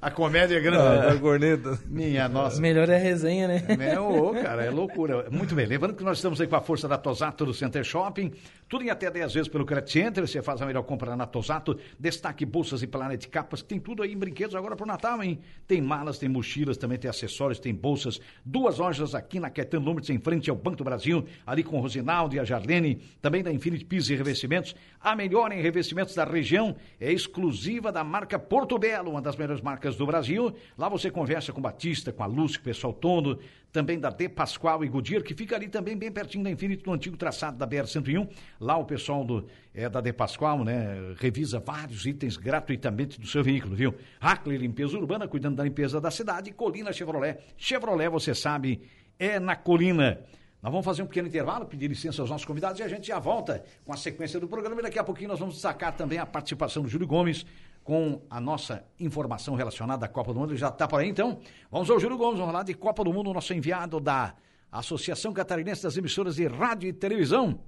S1: A comédia é grande.
S2: Da corneta.
S1: Minha nossa.
S3: Melhor é a resenha, né?
S1: É, ô, cara, é loucura. Muito bem. Lembrando que nós estamos aí com a força da Tosato do Center Shopping. Tudo em até 10 vezes pelo Credit Center. Você faz a melhor compra na Tosato. Destaque bolsas e Planet Capas. Tem tudo aí em brinquedos agora pro Natal, hein? Tem malas, tem mochilas, também tem acessórios, tem bolsas. Duas lojas aqui na Quetan Lumertz, em frente ao Banco do Brasil. Ali com o Rosinaldo e a Jarlene. Também da Infinity Pisa e Revestimentos. A melhor em revestimentos da região é exclusiva da marca Porto Belo, uma das melhores marcas do Brasil. Lá você conversa com o Batista, com a Lúcia, com o pessoal todo, também da De Pascoal e Godir, que fica ali também bem pertinho da Infinito, no antigo traçado da BR-101. Lá o pessoal do, é, da De Pascoal, né, revisa vários itens gratuitamente do seu veículo, viu? Hackley Limpeza Urbana, cuidando da limpeza da cidade, Colina Chevrolet. Chevrolet, você sabe, é na Colina. Nós vamos fazer um pequeno intervalo, pedir licença aos nossos convidados e a gente já volta com a sequência do programa. E daqui a pouquinho nós vamos destacar também a participação do Júlio Gomes com a nossa informação relacionada à Copa do Mundo. Ele já está por aí, então. Vamos ao Júlio Gomes, vamos falar de Copa do Mundo, nosso enviado da Associação Catarinense das Emissoras de Rádio e Televisão.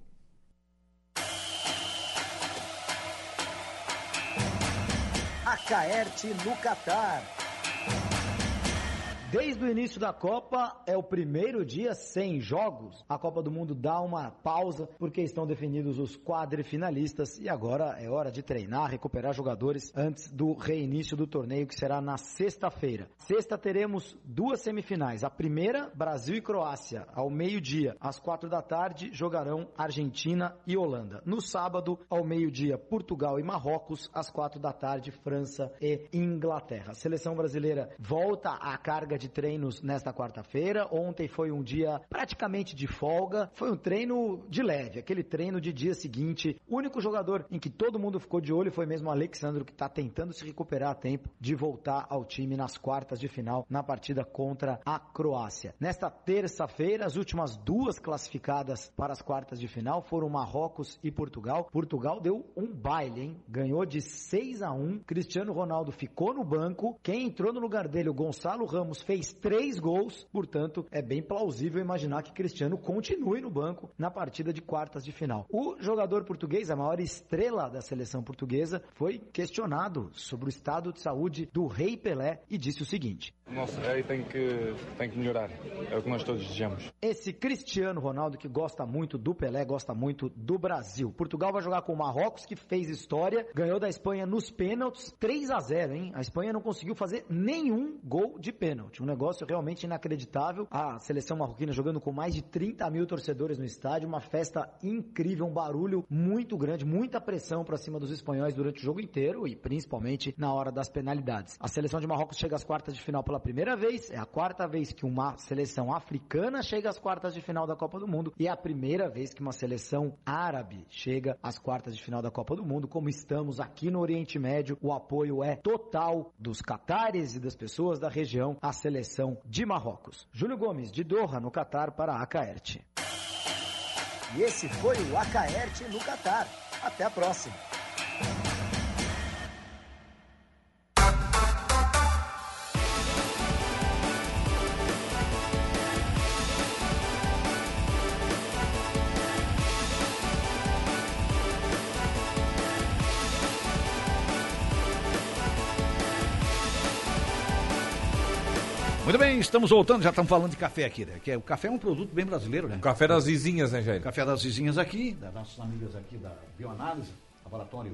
S5: A Caerte no Catar. Desde o início da Copa, é o primeiro dia sem jogos. A Copa do Mundo dá uma pausa porque estão definidos os quadrifinalistas e agora é hora de treinar, recuperar jogadores antes do reinício do torneio que será na sexta-feira. Sexta teremos duas semifinais. A primeira, Brasil e Croácia, ao meio-dia. Às quatro da tarde, jogarão Argentina e Holanda. No sábado, ao meio-dia, Portugal e Marrocos. Às quatro da tarde, França e Inglaterra. A seleção brasileira volta à carga de treinos nesta quarta-feira. Ontem foi um dia praticamente de folga. Foi um treino de leve, aquele treino de dia seguinte. O único jogador em que todo mundo ficou de olho foi mesmo o Alexandro, que está tentando se recuperar a tempo de voltar ao time nas quartas de final na partida contra a Croácia. Nesta terça-feira, as últimas duas classificadas para as quartas de final foram Marrocos e Portugal. Portugal deu um baile, hein? Ganhou de 6 a 1. Cristiano Ronaldo ficou no banco. Quem entrou no lugar dele, o Gonçalo Ramos, fez três gols. Portanto, é bem plausível imaginar que Cristiano continue no banco na partida de quartas de final. O jogador português, a maior estrela da seleção portuguesa, foi questionado sobre o estado de saúde do Rei Pelé e disse o seguinte:
S6: O nosso rei tem que, tem que melhorar. É o que nós todos desejamos.
S5: Esse Cristiano Ronaldo que gosta muito do Pelé, gosta muito do Brasil. Portugal vai jogar com o Marrocos, que fez história, ganhou da Espanha nos pênaltis, 3 a 0, hein? A Espanha não conseguiu fazer nenhum gol de pênalti. Um negócio realmente inacreditável. A seleção marroquina jogando com mais de 30 mil torcedores no estádio, uma festa incrível, um barulho muito grande, muita pressão pra cima dos espanhóis durante o jogo inteiro e principalmente na hora das penalidades. A seleção de Marrocos chega às quartas de final pela primeira vez, é a quarta vez que uma seleção africana chega às quartas de final da Copa do Mundo e é a primeira vez que uma seleção árabe chega às quartas de final da Copa do Mundo. Como estamos aqui no Oriente Médio, o apoio é total dos catares e das pessoas da região à seleção de Marrocos. Júlio Gomes, de Doha, no Catar, para a Acaerte. E esse foi o Acaerte no Catar. Até a próxima.
S1: Muito bem, estamos voltando, já estamos falando de café aqui, né? Que é, o café é um produto bem brasileiro, né?
S2: Café das vizinhas, né, Jair?
S1: Café das vizinhas aqui, das nossas amigas aqui da Bioanálise, Laboratório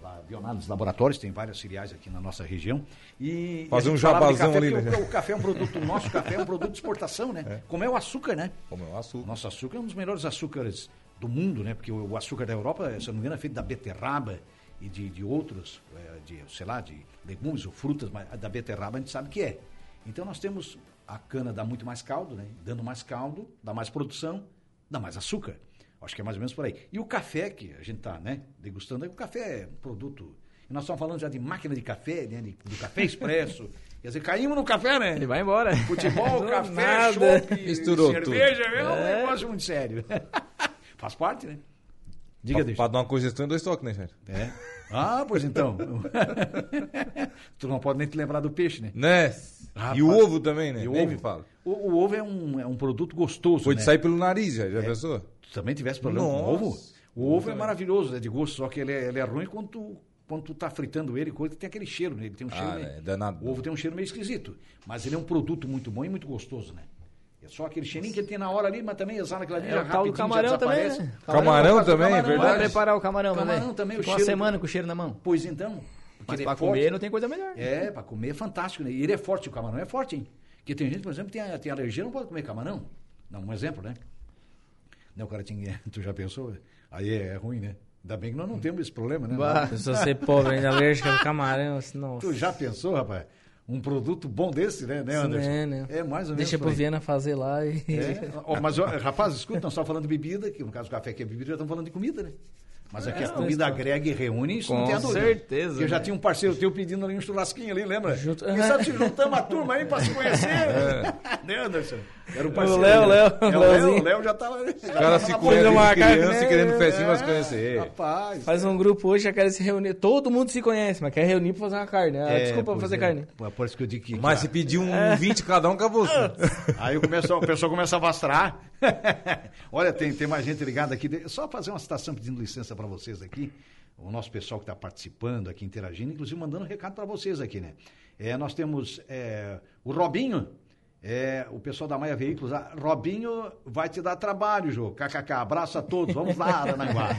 S1: lá, Bionados Laboratórios, tem várias filiais aqui na nossa região. E,
S2: Fazer
S1: e a
S2: um
S1: gente falava de
S2: jabazão
S1: café,
S2: ali,
S1: porque
S2: né?
S1: O, o café é um produto nosso, o café é um produto de exportação, né? Como é o açúcar, né?
S2: Como é o
S1: O
S2: açúcar.
S1: nosso açúcar é um dos melhores açúcares do mundo, né? Porque o o açúcar da Europa, se eu não me engano, é feito da beterraba e de, de outros, eh, de, sei lá, de legumes ou frutas, mas a da beterraba a gente sabe que é. Então nós temos a cana dá muito mais caldo, né? Dando mais caldo, dá mais produção, dá mais açúcar. Acho que é mais ou menos por aí. E o café que a gente está né, degustando, aí, o café é um produto. E nós estamos falando já de máquina de café, né, de- do café expresso. Quer dizer, caímos no café, né?
S4: Ele vai embora.
S1: Futebol,
S4: Do
S1: café,
S4: nada.
S1: chopp,
S2: Misturou
S1: cerveja, é um negócio muito sério. Faz parte, né? Diga,
S2: Pra,
S1: deixa.
S2: pra dar uma congestão em dois toques, né, Jair?
S1: É. Ah, pois então. tu não pode nem te lembrar do peixe, né?
S2: Né?
S1: Rapaz.
S2: E o ovo também, né?
S1: E o
S2: Nem
S1: ovo?
S2: me fala.
S1: O, o ovo é um, é um produto gostoso,
S2: Foi
S1: né?
S2: de sair pelo nariz, já, já
S4: É.
S2: pensou?
S1: Tu também tivesse problema com o
S2: Nossa.
S1: ovo? O ovo é maravilhoso, é de gosto, só que ele é, ele é ruim quando tu, quando tu tá fritando ele, coisa que tem aquele cheiro, né? Ele tem um cheiro
S2: Ah,
S1: meio-
S2: é danado.
S1: O ovo tem um cheiro meio esquisito, mas ele é um produto muito bom e muito gostoso, né? É só aquele cheirinho que ele tem na hora ali, mas também exala aquela ali,
S4: É
S1: já
S4: o tal do
S1: rapidinho, já
S4: camarão também,
S1: desaparece.
S4: né?
S2: Camarão também, é
S1: camarão,
S4: Vai
S2: verdade.
S4: preparar o camarão,
S1: Camarão
S4: também.
S1: também, o
S4: Ficou uma
S1: cheiro-
S4: semana com o cheiro na mão.
S1: Pois então.
S4: Mas
S1: ele é
S4: pra
S1: forte.
S4: comer né? não tem coisa melhor.
S1: É, pra comer é fantástico, né? E ele é forte, o camarão é forte, hein? Porque tem gente, por exemplo, que tem, a- tem alergia, não pode comer camarão. Dá um exemplo, né? Não, o cara tinha. Tu já pensou? Aí é, é ruim, né? Ainda bem que nós não temos esse problema, né?
S4: Bah.
S3: Pessoa ser pobre, ainda alérgica ao camarão, assim, nossa.
S1: Tu já pensou, rapaz? Um produto bom desse, né, né Anderson?
S3: É, né?
S1: É mais ou menos.
S3: Deixa
S1: por
S3: pro
S1: aí.
S3: Viana fazer lá e.
S1: É, ó, mas, ó, rapaz, escuta, nós estamos falando de bebida, que no caso o café que é bebida, já estamos falando de comida, né? Mas
S2: É,
S1: aqui a
S2: então.
S1: comida agrega e reúne, isso não
S4: Com
S1: tem a dúvida.
S4: certeza,
S1: Porque Eu já
S4: né?
S1: tinha um parceiro teu pedindo ali um churrasquinho ali, lembra?
S3: Junto-
S1: Quem sabe se juntamos a turma aí para se conhecer,
S2: É.
S1: né, Anderson? Era um parceiro.
S3: O Léo,
S1: né?
S3: Léo,
S1: É, o Léo,
S3: Léozinho.
S1: o Léo já estava...
S2: O cara se
S3: Pode
S2: conhece
S3: tomar
S2: desde
S3: café,
S2: criança, querendo festinha, mas
S1: É,
S2: conhecer.
S1: rapaz.
S3: Faz um grupo hoje, já quer se reunir. Todo mundo se conhece, mas quer reunir pra fazer uma carne.
S1: É,
S3: Ah, Desculpa, pra fazer carne.
S1: Pô, é Por isso que eu digo que...
S2: Mas se pedir um
S4: É.
S2: 20 cada um, acabou.
S1: Aí o pessoal, o pessoal começa a vastrar. Olha, tem, tem mais gente ligada aqui. De- Só fazer uma citação pedindo licença para vocês aqui. O nosso pessoal que está participando aqui, interagindo, inclusive mandando um recado para vocês aqui, né? É, nós temos é, o Robinho, é, o pessoal da Maia Veículos. Ah, Robinho vai te dar trabalho, Jô. KKK, abraço a todos. Vamos lá, Aranaguá.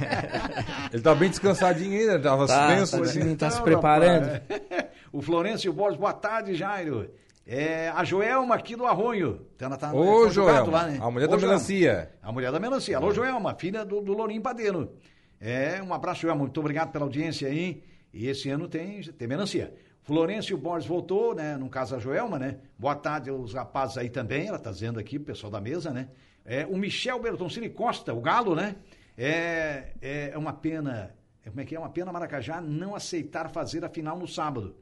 S2: Ele tá bem descansadinho ainda, tava
S3: Tá,
S2: suspenso.
S3: tá
S2: né?
S3: sim. tá se
S1: Então,
S3: preparando.
S1: rapaz. O Florencio Borges, boa tarde, Jairo. É, a Joelma aqui do Arronho. Então ela tá no
S2: Ô,
S1: conjugado
S2: Joelma, a mulher tá da
S1: né? Joelma.
S2: melancia.
S1: A mulher da melancia. Alô, Joelma, filha do, do Lourinho Padeiro. É, um abraço, Joelma. Muito obrigado pela audiência aí. E esse ano tem, tem melancia. Florencio Borges voltou, né? No caso, a Joelma, né? Boa tarde os rapazes aí também. Ela tá dizendo aqui, o pessoal da mesa, né? É, o Michel Bertoncini Costa, o galo, né? É, é, é uma pena... é, Como é que é? Uma pena Maracajá não aceitar fazer a final no sábado.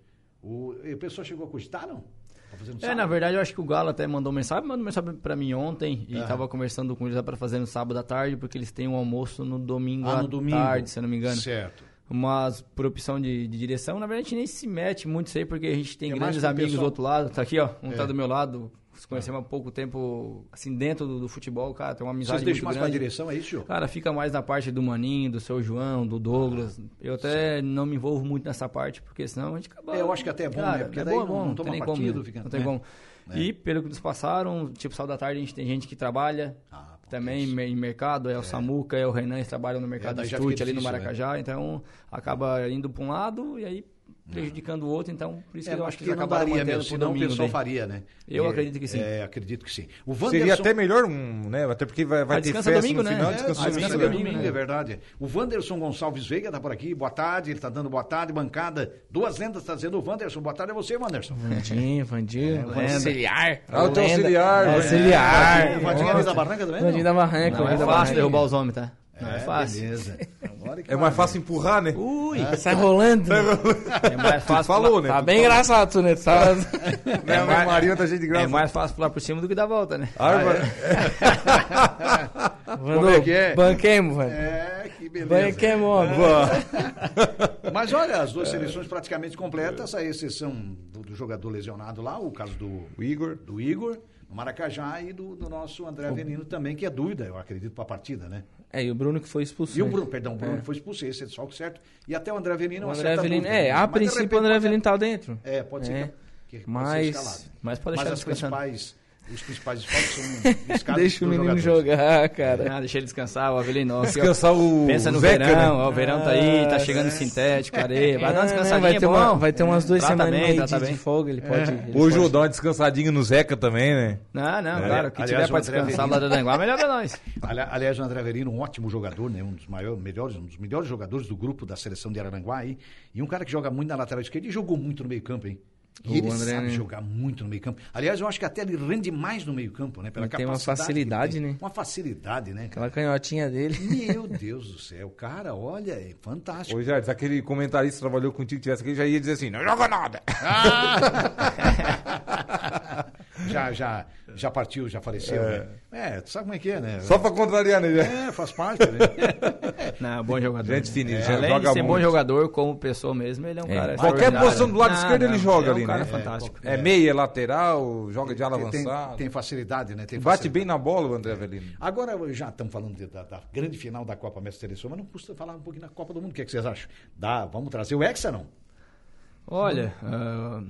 S1: O, e o pessoal chegou a cogitar, não? Pra fazer no
S4: É,
S1: sábado?
S4: na verdade, eu acho que o Galo até mandou mensagem, mandou mensagem pra mim ontem e tava conversando com eles lá pra fazer no sábado à tarde, porque eles têm um almoço no domingo
S1: Ah,
S4: à
S1: no domingo.
S4: tarde, se eu não me engano.
S1: Certo.
S4: Mas por opção de, de direção, na verdade, a gente nem se mete muito isso aí, porque a gente tem
S1: É mais
S4: grandes
S1: pro
S4: amigos
S1: pessoal.
S4: do outro lado. Tá aqui, ó, um
S1: É.
S4: tá do meu lado, se conhecemos há pouco tempo, assim, dentro do, do futebol, cara, tem uma
S1: Vocês
S4: amizade muito
S1: deixam mais pra
S4: grande.
S1: direção, é isso, senhor?
S4: Cara, fica mais na parte do Maninho, do seu João, do Douglas. eu até não me envolvo muito nessa parte, porque senão a gente acaba.
S1: É, eu acho que até é bom,
S4: Cara,
S1: né? Porque
S4: é
S1: daí
S4: bom, é
S1: não-
S4: bom,
S1: não
S4: não
S1: toma
S4: tem nem
S1: partido,
S4: como. né?
S1: fica-
S4: não tem
S1: né?
S4: como. E pelo que nos passaram, tipo, sábado da tarde a gente tem gente que trabalha
S1: Ah, bom,
S4: também me- em mercado, é o Samuca, é o Renan, eles trabalham no
S1: É,
S4: mercado
S1: daí
S4: de
S1: já
S4: chute
S1: fica
S4: ali no
S1: difícil,
S4: Maracajá, então acaba indo para um lado e aí prejudicando o outro, então por isso que
S1: É,
S4: eu
S1: mas
S4: acho que
S1: que
S4: eles
S1: não
S4: acabaram
S1: daria
S4: mantendo
S1: mesmo,
S4: pro
S1: senão o
S4: domingo
S1: pessoal
S4: daí.
S1: faria, um né?
S4: Eu
S1: É,
S4: acredito que sim.
S1: É, acredito que sim. O
S2: Seria
S1: Wanderson...
S2: até melhor um, né? Até porque vai, vai
S4: Ah,
S2: ter
S4: descansa
S2: festa
S4: domingo,
S2: no
S4: né?
S2: final,
S4: É,
S2: descansa
S1: Ah,
S4: descansa
S2: domingo.
S1: descansa
S2: né?
S1: domingo,
S4: domingo,
S1: é
S4: né?
S1: verdade. O Wanderson Gonçalves Veiga está por aqui, boa tarde, ele está dando boa tarde, bancada. Duas lendas está dizendo o Wanderson, boa tarde a você, Wanderson.
S3: Vandinho,
S1: É,
S3: Vandinho, auxiliar.
S2: Ah, o teu auxiliar,
S3: É,
S2: velho.
S3: auxiliar.
S1: O Vandinho é ali da Barranca também?
S3: Vandinho da Barranca.
S4: Não é
S3: Vandinho da
S4: fácil
S3: Barranca.
S4: derrubar os homens, tá? Não
S1: É,
S4: é fácil.
S1: Beleza. Agora que
S2: É mais fácil empurrar, né?
S3: Ui, sai rolando.
S4: É mais fácil.
S2: falou, né?
S3: Tá bem engraçado, tu, né? Tu Tá...
S2: Né, o Marinho tá cheio de graça. Ah,
S4: É mais fácil pular por cima do que dar volta, né?
S2: Árvore.
S3: Vandou,
S1: é que é?
S3: Banquemos, velho.
S1: É, que beleza.
S3: Banquemos, ó.
S1: Mas olha, as duas seleções praticamente completas, a exceção do, do jogador lesionado lá, o caso do,
S2: O Igor.
S1: do Igor, do Maracajá e do, do nosso André Avelino também, que é dúvida, eu acredito, para a partida, né?
S3: É, e o Bruno que foi expulso.
S1: E o
S3: né?
S1: Bruno, perdão, o Bruno foi expulso, esse é só o certo. E até o André Avelino é
S3: O
S1: uma
S3: André
S1: certa
S3: Avelino,
S1: dúvida,
S3: é,
S1: né?
S3: a
S1: Mas, de
S3: princípio
S1: repente,
S3: o André
S1: pode-
S3: Avelino tá dentro.
S1: É, pode ser
S3: É.
S1: que, que pode ser
S3: Mas-
S1: escalado.
S4: mas pode deixar
S1: as
S4: descansando.
S1: principais Os principais esportes são escadas
S3: Deixa o
S1: dos
S3: menino
S1: jogadores.
S3: jogar, cara.
S4: Ah, deixa ele descansar, o Avelino. ó, aqui, ó.
S2: Descansar o
S4: Pensa no
S2: Zeca, né?
S4: verão, ó, o verão tá aí, tá chegando sintético, areia. Vai dar uma
S3: É, né,
S4: descansadinha,
S3: vai ter,
S4: é bom.
S3: uma- vai ter umas duas
S4: Trata
S3: semanas
S4: bem,
S3: e meia
S4: trata
S3: de, de
S4: bem.
S3: folga, ele pode. ele
S2: Hoje eu
S3: pode.
S2: dou uma descansadinha no Zeca também, né?
S4: Não, não,
S2: É.
S4: claro, que
S1: Aliás,
S4: tiver pra
S1: o André
S4: descansar
S1: Avelino-
S4: lá da Danguá, melhor pra nós.
S1: Ali- Aliás, o André Verino, um ótimo jogador, né? Um dos maiores, melhores, um dos melhores jogadores do grupo da seleção de Araranguá aí. E um cara que joga muito na lateral esquerda e jogou muito no meio-campo, hein? E
S3: O
S1: ele
S3: André,
S1: sabe
S3: né?
S1: jogar muito no meio-campo. Aliás, eu acho que até ele rende mais no meio-campo, né? Pela
S3: Ele tem uma
S1: capacidade que
S3: facilidade,
S1: tem.
S3: né?
S1: Uma facilidade, né? cara?
S3: Aquela canhotinha dele.
S1: Meu Deus do céu, cara, olha, é fantástico.
S2: Ô, Jardim, se aquele comentarista que trabalhou contigo que tivesse aqui, já ia dizer assim, não joga nada. Ah!
S1: já, já, já partiu, já faleceu, né? É, tu sabe como é que é, né?
S2: Só pra contrariar, né? Jardim?
S1: É, faz parte, né?
S4: Não, bom jogador.
S2: Gente fininha,
S4: É,
S2: já
S4: além
S2: joga
S4: de ser bom
S2: muito.
S4: jogador, como pessoa mesmo, ele é um cara
S2: Qualquer
S4: extraordinário.
S2: posição do lado
S4: Não,
S2: esquerdo ele
S4: não,
S2: joga
S4: é um
S2: ali,
S4: cara
S2: né?
S4: fantástico.
S2: É meia, é lateral, joga de ala
S1: Tem- tem,
S2: avançada.
S1: tem facilidade, né? Tem
S2: Bate
S1: facilidade.
S2: bem na bola o André Avelino.
S1: Agora já estamos falando de- da, da grande final da Copa Mestre Seleção, mas não custa falar um pouquinho da Copa do Mundo. O que, é que vocês acham? Dá, vamos trazer o Hexa, não?
S4: Olha, ah,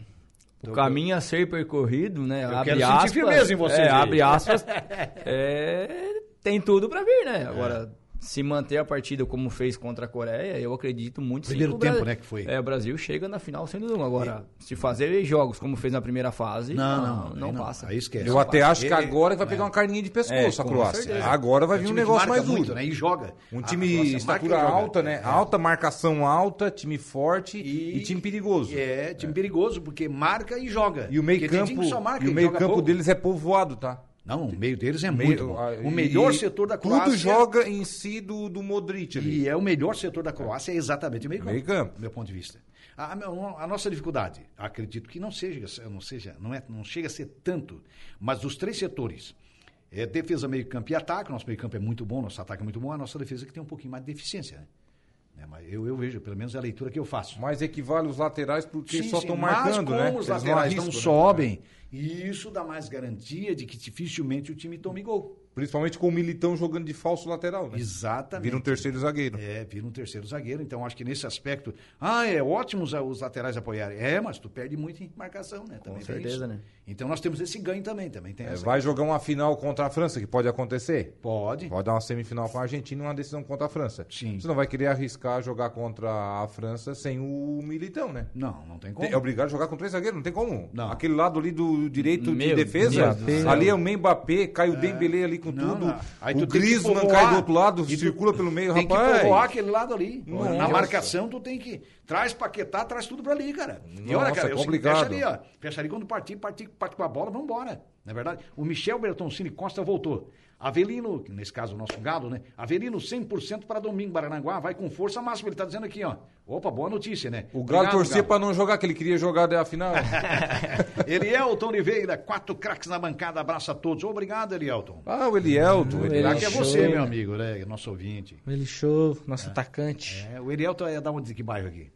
S4: o caminho a ser percorrido, né? abre
S1: quero sentir
S4: aspas,
S1: firmeza em você,
S4: É,
S1: Jair.
S4: abre aspas. é, tem tudo pra vir,
S1: É.
S4: né? Agora, se manter a partida como fez contra a Coreia, eu acredito muito sim
S1: Primeiro
S4: que o Bra-
S1: tempo, né, que foi.
S4: É, o Brasil chega na final sem dúvida. Agora, se fazer jogos como fez na primeira fase, não, não,
S1: aí
S4: passa.
S1: Aí esquece.
S2: Eu até acho
S1: Ele-
S2: que agora vai pegar uma carninha de pescoço a
S1: né?
S2: Croácia.
S1: É, certeza.
S2: Agora vai
S1: É
S2: vir um
S1: time que
S2: negócio
S1: marca
S2: mais
S1: muito,
S2: duro.
S1: né? E joga.
S2: Um
S1: A-
S2: time
S1: a nossa
S2: estatura
S1: marca e joga.
S2: alta, né?
S1: É.
S2: Alta marcação alta, time forte e,
S1: E-
S2: time perigoso.
S1: É, time perigoso, porque marca e joga.
S2: E o
S1: Porque tem time que só marca
S2: meio-campo e o
S1: joga
S2: meio-campo
S1: pouco.
S2: deles é povoado, tá?
S1: Não, o meio deles é
S2: Meio-
S1: muito bom.
S2: ah,
S1: O
S2: e-
S1: melhor
S2: e
S1: setor da Croácia.
S2: Tudo joga em si do, do Modric ali.
S1: E é o melhor setor da Croácia, é exatamente o meio campo.
S2: Meio campo.
S1: do meu ponto de vista. A, a meu- a nossa dificuldade, acredito que não seja, não seja, não é, não chega a ser tanto, mas dos três setores, é, defesa, meio campo e ataque, nosso meio campo é muito bom, nosso ataque é muito bom, a nossa defesa que tem um pouquinho mais de deficiência, né? Né, mas eu, eu vejo, pelo menos é a leitura que eu faço.
S2: Mas equivale os laterais porque
S1: Sim,
S2: só
S1: sim,
S2: estão
S1: mas
S2: marcando,
S1: como
S2: né?
S1: Os
S2: Eles não
S1: laterais não,
S2: arriscam, né?
S1: sobem, e isso dá mais garantia de que dificilmente o time tome gol.
S2: Principalmente com o Militão jogando de falso lateral, né?
S1: Exatamente.
S2: Vira um terceiro zagueiro.
S1: É, vira um terceiro zagueiro. Então, acho que nesse aspecto. Ah, é ótimo os, os laterais apoiarem. É, mas tu perde muito em marcação, né? Também tem
S4: Com certeza,
S1: isso.
S4: né?
S1: Então, nós temos esse ganho também. Também tem
S2: É,
S1: essa.
S2: vai jogar uma final contra a França, que pode acontecer.
S1: Pode.
S2: Pode dar uma semifinal com a Argentina e uma decisão contra a França.
S1: Sim.
S2: Você não vai querer arriscar jogar contra a França sem o Militão, né?
S1: Não, não tem como.
S2: Tem- É obrigado a jogar com três zagueiros, não tem como.
S1: Não.
S2: Aquele lado ali do direito de
S4: Meu
S2: defesa,
S4: Deus do céu.
S2: ali é o Mbappé, cai o Dembélé ali com
S1: Não,
S2: tudo.
S1: não. Aí
S2: O
S1: tu tem que
S2: Griezmann
S1: povoar.
S2: cai do outro lado,
S1: E tu-
S2: circula pelo meio,
S1: Tem
S2: rapaz.
S1: que povoar aquele lado ali. Na
S2: Nossa.
S1: marcação, tu tem que. Traz paquetar, traz tudo pra ali, cara. e olha,
S2: Nossa,
S1: cara,
S2: é
S1: eu sei que
S2: complicado.
S1: fecha ali, ó. Fecha ali quando partir, partir, parte com a bola, vambora. Não é verdade? O Michel Bertoncini Costa voltou. Avelino, que nesse caso o nosso galo, né? Avelino 100% para domingo, Baranaguá, vai com força máxima. Ele tá dizendo aqui, ó. Opa, boa notícia, né?
S2: O Galo
S1: Obrigado,
S2: torcia
S1: Galo.
S2: pra não jogar, que ele queria jogar até a final.
S1: Elielton Oliveira, quatro craques na bancada, abraço a todos. Obrigado, Elielton.
S2: ah, o Elielton. o
S3: Ele
S1: Será
S2: Elielton.
S1: que é
S3: show,
S1: você,
S3: né?
S1: meu amigo, né? Nosso ouvinte.
S3: Ele show, nosso atacante.
S1: É, o Elielton é da onde, de que bairro aqui?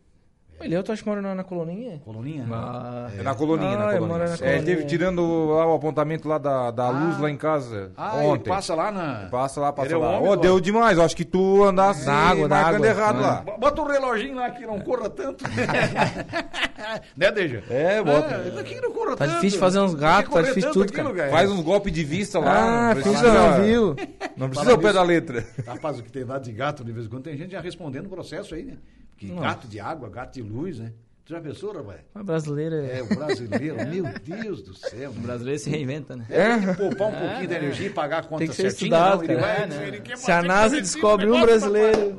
S3: Ele eu tô acho que mora na, na coloninha.
S1: Coloninha?
S4: Ah,
S2: É na coloninha,
S3: Ah,
S2: na
S3: ele
S2: coloninha.
S3: mora na
S2: É,
S3: coloninha.
S2: ele teve tirando lá o apontamento lá da, da luz lá em casa
S1: Ah,
S2: ontem.
S1: ele passa lá na.
S2: Passa lá, passa
S1: Ele é o
S2: lá.
S1: homem
S2: Ó,
S1: do-
S2: deu demais. Eu acho que tu andasse
S3: Na água, na
S2: marcando
S3: água.
S2: errado
S3: É.
S2: lá.
S1: Bota um reloginho lá que não corra tanto. né, Deja?
S2: É, bota.
S1: É, que não corra
S3: Tá
S1: tanto.
S3: difícil fazer uns gatos,
S1: Tem que
S3: tá difícil
S1: correr
S3: tudo,
S1: tanto
S3: cara. um-
S2: Faz uns golpes de vista lá.
S3: Ah, Fisa não viu.
S2: Não precisa ao pé da letra.
S1: Rapaz, o que tem lá de gato de vez em quando, tem gente já respondendo o processo aí, né? Porque gato de água, gato de luz, né? Tu já pensou, rapaz?
S3: A brasileira
S1: É, o brasileiro, meu Deus do céu.
S4: o brasileiro se reinventa, né?
S1: É, tem que poupar um pouquinho da energia e pagar a conta
S3: tem que ser
S1: certinho.
S3: estudado,
S1: não, ele
S3: cara.
S1: vai-
S4: É, né?
S1: ele quer
S3: Se a
S1: fazer né?
S3: NASA
S1: com
S3: descobre um
S1: negócio,
S3: brasileiro.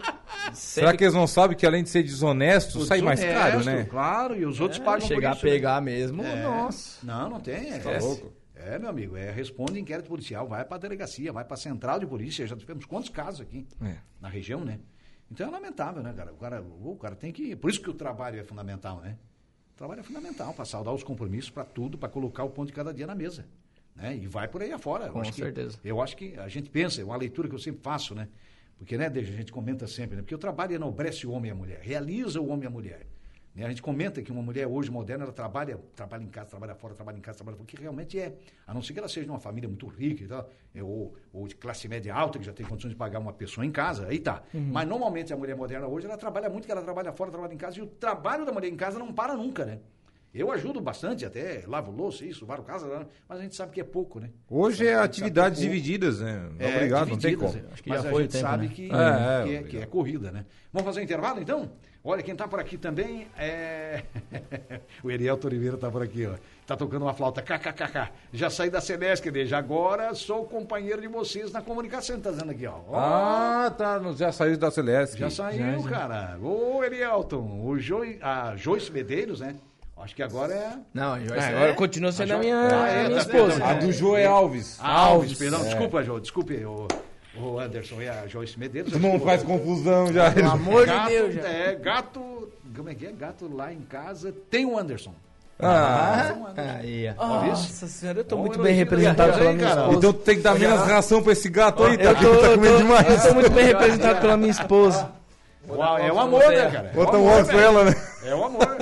S2: Será que eles não sabem que além de ser desonesto, sai mais
S1: honesto,
S2: caro, né?
S1: Claro, e os outros
S4: Pagam
S1: pagam
S4: É, chegar
S1: por isso,
S4: a
S1: né?
S4: pegar mesmo,
S1: É.
S4: nossa.
S1: Não, não tem. É,
S2: Tá louco?
S1: é, meu amigo, é, responde inquérito policial, vai para a delegacia, vai para a central de polícia. Já tivemos quantos casos aqui na região, né? Então é lamentável, né, cara? O cara, o cara tem que. Por isso que o trabalho é fundamental, né? O trabalho é fundamental para saudar os compromissos, para tudo, para colocar o pão de cada dia na mesa. Né? E vai por aí afora. Eu
S4: Com
S1: acho que-
S4: certeza.
S1: eu acho que a gente pensa, é uma leitura que eu sempre faço, né? Porque, né, Deja, a gente comenta sempre, né? Porque o trabalho enobrece o homem e a mulher, realiza o homem e a mulher. Né? A gente comenta que uma mulher hoje moderna, ela trabalha, trabalha em casa, trabalha fora, trabalha em casa, trabalha fora, que realmente é. A não ser que ela seja de uma família muito rica e tal, é, ou, ou de classe média alta, que já tem condições de pagar uma pessoa em casa, aí tá. Mas normalmente a mulher moderna hoje, ela trabalha muito, que ela trabalha fora, trabalha em casa, e o trabalho da mulher em casa não para nunca, né? Eu ajudo bastante até, lavo louça, isso, varo casa, lá, mas a gente sabe que é pouco, né?
S2: Hoje é
S1: Sabe que
S2: atividades
S1: pouco.
S2: divididas, né? Não,
S1: É,
S2: obrigado, não tem
S1: divididas,
S2: como.
S1: é.
S4: Acho que
S1: Mas
S4: já
S1: a
S4: foi o
S1: gente
S4: tempo,
S1: sabe
S4: né?
S1: que,
S2: É,
S1: que
S2: é,
S1: é, que é corrida, né? Vamos fazer intervalo então? Olha, quem tá por aqui também é. o Eriel Oliveira tá por aqui, ó. Tá tocando uma flauta. KKKK. Já saí da Celesc, já agora sou companheiro de vocês na comunicação, tá dizendo aqui, ó. Ó,
S2: Ah, tá. no- Já saiu da Celeste.
S1: já saiu, cara. Ô, Erielton, o jo... a Joyce Medeiros, né? Acho que agora é.
S4: Não, eu
S3: Ah, agora continua sendo a minha,
S1: Ah, é,
S3: a minha
S1: tá
S3: esposa.
S1: vendo?
S2: A do Joe Alves. É.
S1: Alves, perdão. Desculpa, Jô. Desculpe, o, o Anderson e a Joyce Medeiros.
S2: Tu não
S1: Desculpa.
S2: faz confusão já.
S4: Pelo amor de
S1: Gato,
S4: Deus, já.
S1: É, gato. Como é que é? Gato lá em casa tem o Anderson.
S2: Ah,
S4: Aí, ó.
S1: Olha isso.
S3: Nossa senhora, eu tô
S1: Ó,
S3: muito
S1: o
S3: bem
S1: elogio
S3: representado
S1: da
S3: pela
S1: Gabriela,
S3: minha
S1: hein, cara?
S3: esposa.
S2: então tu tem que dar menos ração pra esse gato aí, tá?
S3: Eu
S2: Porque
S3: tô,
S2: ele tá
S3: eu
S2: comendo
S3: tô-
S2: demais.
S3: eu tô muito bem representado pela minha esposa.
S1: Uau, é o amor, né, cara? É o
S2: Bota um
S1: amor,
S2: osso
S1: velho.
S2: ela, né?
S1: É o amor.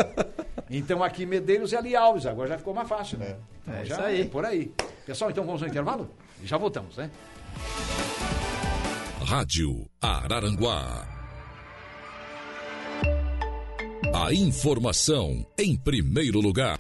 S1: Então aqui Medeiros e ali Alves. Agora já ficou mais fácil, né? Então,
S4: É
S1: já
S4: isso aí.
S1: é por aí. Pessoal, então vamos ao intervalo? E já voltamos, né?
S7: Rádio Araranguá. A informação em primeiro lugar.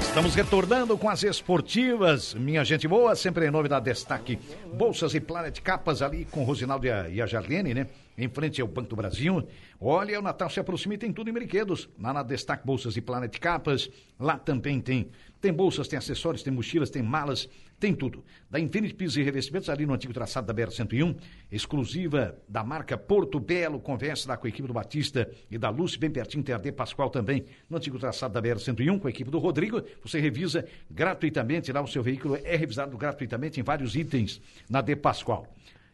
S1: Estamos retornando com as esportivas. Minha gente boa, sempre em nome da Destaque. Bolsas e Planet Capas ali com o Rosinaldo e a, e a Jarlene, né? Em frente ao Banco do Brasil. Olha, o Natal se aproxima e tem tudo em brinquedos. Lá na Destaque Bolsas e Planet Capas. Lá também tem. Tem bolsas, tem acessórios, tem mochilas, tem malas, tem tudo. Da Infinity Pisos e Revestimentos, ali no antigo traçado da BR-101, exclusiva da marca Porto Belo, conversa lá com a equipe do Batista e da Lúcia, bem pertinho, tem a D Pascoal também, no antigo traçado da BR-101, com a equipe do Rodrigo, você revisa gratuitamente, lá o seu veículo é revisado gratuitamente em vários itens na D Pascoal.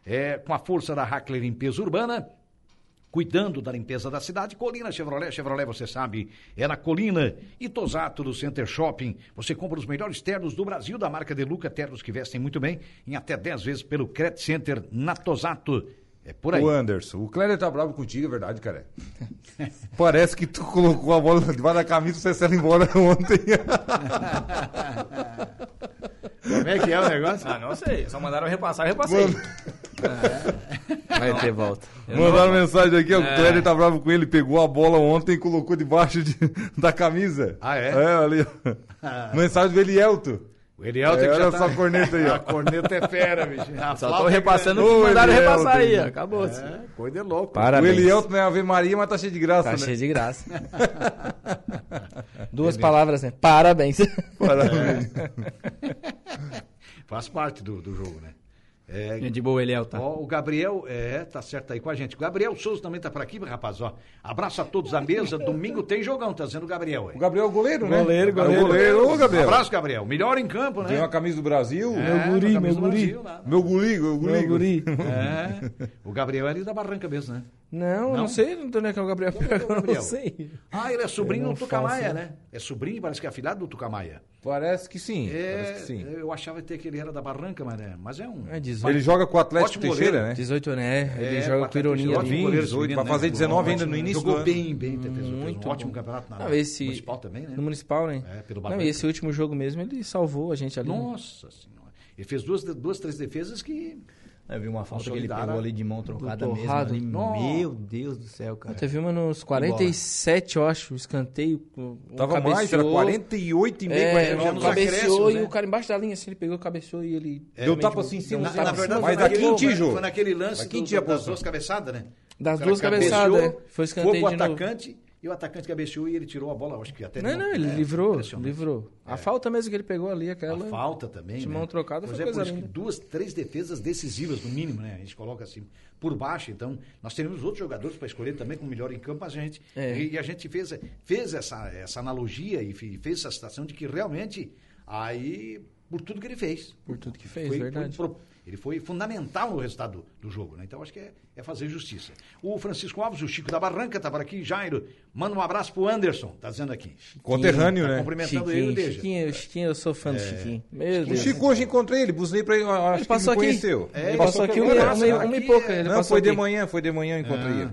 S1: É, com a força da Hackler Limpeza Urbana, cuidando da limpeza da cidade. Colina Chevrolet, Chevrolet, você sabe, é na Colina e Tosato do Center Shopping. Você compra os melhores ternos do Brasil da marca Deluca, ternos que vestem muito bem, em até 10 vezes pelo Credit Center na Tosato. É por aí.
S2: O Anderson, o Kleber tá bravo contigo, é verdade, cara. Parece que tu colocou a bola debaixo da camisa e você saiu embora ontem.
S1: Como é que é o negócio?
S4: Ah, não sei. Só mandaram eu repassar, eu repassei.
S3: Vai ter volta.
S2: Mandaram mensagem aqui, ó,
S1: É.
S2: o Kleber tá bravo com ele, pegou a bola ontem e colocou debaixo de- da camisa.
S1: Ah, é?
S2: É, ali. ó. Mensagem do Elielto.
S1: O Erielto
S2: É,
S1: é, que já
S2: olha
S1: tá...
S2: só a corneta aí, ó.
S1: A corneta é fera, bicho. A
S4: Só tô
S1: flauta é
S4: repassando o
S2: Ô,
S4: que mandaram
S2: Eliel,
S4: repassar aí, ó.
S2: Deus.
S4: Acabou-se.
S1: grande. É, coisa é louca.
S2: O
S3: Parabéns.
S2: Elielto não é Ave Maria, mas tá cheio de graça,
S3: Tá
S2: né?
S3: cheio de graça. Duas palavras, né? Parabéns.
S2: Parabéns.
S1: Faz parte do, do jogo, né? É,
S4: Gente boa, Eliel, tá?
S1: Ó, o Gabriel, é, tá certo aí com a gente. O Gabriel Souza também tá por aqui, rapaz, ó. Abraço a todos da mesa. Domingo tem jogão, tá dizendo o Gabriel aí.
S2: O Gabriel é o goleiro, né?
S3: Goleiro,
S2: É o
S3: goleiro.
S2: goleiro. Ô, Gabriel.
S1: Um Abraço, Gabriel. Melhor em campo, né?
S2: Ganhou a camisa do Brasil.
S1: É, na camisa
S3: meu
S1: do
S3: guri.
S1: Brasil lá, né?
S2: Meu guri, meu guri.
S3: Meu guri.
S1: É. O Gabriel é ali da Barranca mesmo, né?
S3: Não, eu
S1: Não?
S3: não sei, não tô nem que é o Gabriel. Pior que eu não sei.
S1: Ah, ele é sobrinho
S3: Eu
S1: do
S2: um
S3: não
S1: Tucamaia,
S3: faço.
S1: né? É sobrinho, parece que é afilhado do Tucamaia.
S2: Parece que sim.
S1: É,
S2: Parece que sim.
S1: eu achava até que ele era da Barranca, mas, é- mas é um...
S3: É 18,
S2: Ele joga com o Atlético
S1: Ótimo
S2: Teixeira,
S1: goleiro.
S2: né?
S3: 18 né? Ele
S1: É,
S3: joga
S1: Patrick
S3: com
S1: Jorge,
S3: ironia. ali.
S1: ótimo goleiro esse
S2: Vai
S1: menino, né?
S2: fazer 19 ainda no
S1: Jogou
S2: início do
S1: Jogou
S2: ano.
S1: bem, bem, até fez, um- fez
S3: Muito
S1: um ótimo
S3: bom.
S1: campeonato na
S3: Não, esse-
S1: Municipal também, né?
S3: No Municipal, né?
S1: É, pelo
S3: não,
S1: Barranca.
S3: e esse último jogo mesmo, ele salvou a gente ali. né?
S1: Nossa senhora. Ele fez duas, duas três defesas que.
S4: Eu vi uma falta que ele
S1: Consolidada.
S4: pegou ali de mão trocada
S3: Do
S4: mesmo.
S3: torrado.
S4: Ali.
S1: Nossa.
S4: Meu Deus do céu, cara.
S3: Teve uma nos 47, eu acho, escanteio. um
S2: Tava mais, era
S3: cabeceou.
S2: 48 e meio,
S3: É,
S2: 49
S1: nos
S2: no acréscimo.
S3: cabeceou
S1: né? É,
S3: e o cara embaixo da linha, assim, ele pegou, cabeceou e ele...
S2: Deu tapa assim em
S3: deu
S2: cima,
S3: um
S1: Na,
S2: assim,
S3: tapa
S1: na
S3: em
S1: verdade,
S3: cima,
S2: mas
S1: foi
S3: daqui
S1: naquele-
S2: em Tijo.
S1: Foi naquele lance
S2: Mas quem
S1: do-
S2: tinha
S1: do- das
S2: posto?
S1: duas cabeçadas, né?
S3: Das
S1: O cara
S3: duas
S1: cabeceou,
S3: cabeçadas, é. Foi escanteio
S1: Ficou
S3: de
S1: pro
S3: novo.
S1: atacante né? e o atacante cabeceou e ele tirou a bola, acho que até
S3: Não, não, ele
S1: é,
S3: livrou,
S1: impressionante.
S3: livrou. A falta mesmo que ele pegou ali,
S1: A
S3: aquela...
S1: falta também.
S3: de
S1: né?
S3: mão trocada
S1: Pois é,
S3: foi
S1: por
S3: coisa
S1: isso que
S3: linda.
S1: duas, três defesas decisivas, no mínimo, né? A gente coloca assim por baixo. Então, nós teremos outros jogadores para escolher também com melhor em campo, mas a gente.
S3: É.
S1: E, e a gente fez, fez essa, essa analogia e fe- fez essa citação de que realmente, aí, por tudo que ele fez.
S3: Por tudo que fez,
S1: Foi- foi
S3: verdade.
S1: pro- ele foi fundamental no resultado do, do jogo, né? Então acho que é, é fazer justiça. O Francisco Alves, o Chico da Barranca, tá por aqui, Jairo. Manda um abraço pro Anderson, tá dizendo aqui.
S2: Conterrâneo,
S1: Tá
S2: né?
S1: cumprimentando ele,
S3: Chiquinho,
S1: deixa. É.
S3: Chiquinho, Chiquinho, eu sou fã do Chiquinho. Meu
S2: O
S3: Deus.
S2: Chico hoje encontrei ele, buzinei pra ele, eu acho
S3: Ele
S2: que ele um me
S3: passou aqui.
S2: conheceu.
S1: É,
S3: Ele passou aqui uma,
S1: pela praça,
S3: uma,
S1: cara.
S3: uma e pouca. Ele
S2: é. Não,
S3: passou
S2: foi de
S3: aqui.
S2: manhã, foi de manhã eu encontrei
S1: Ah.
S2: ele.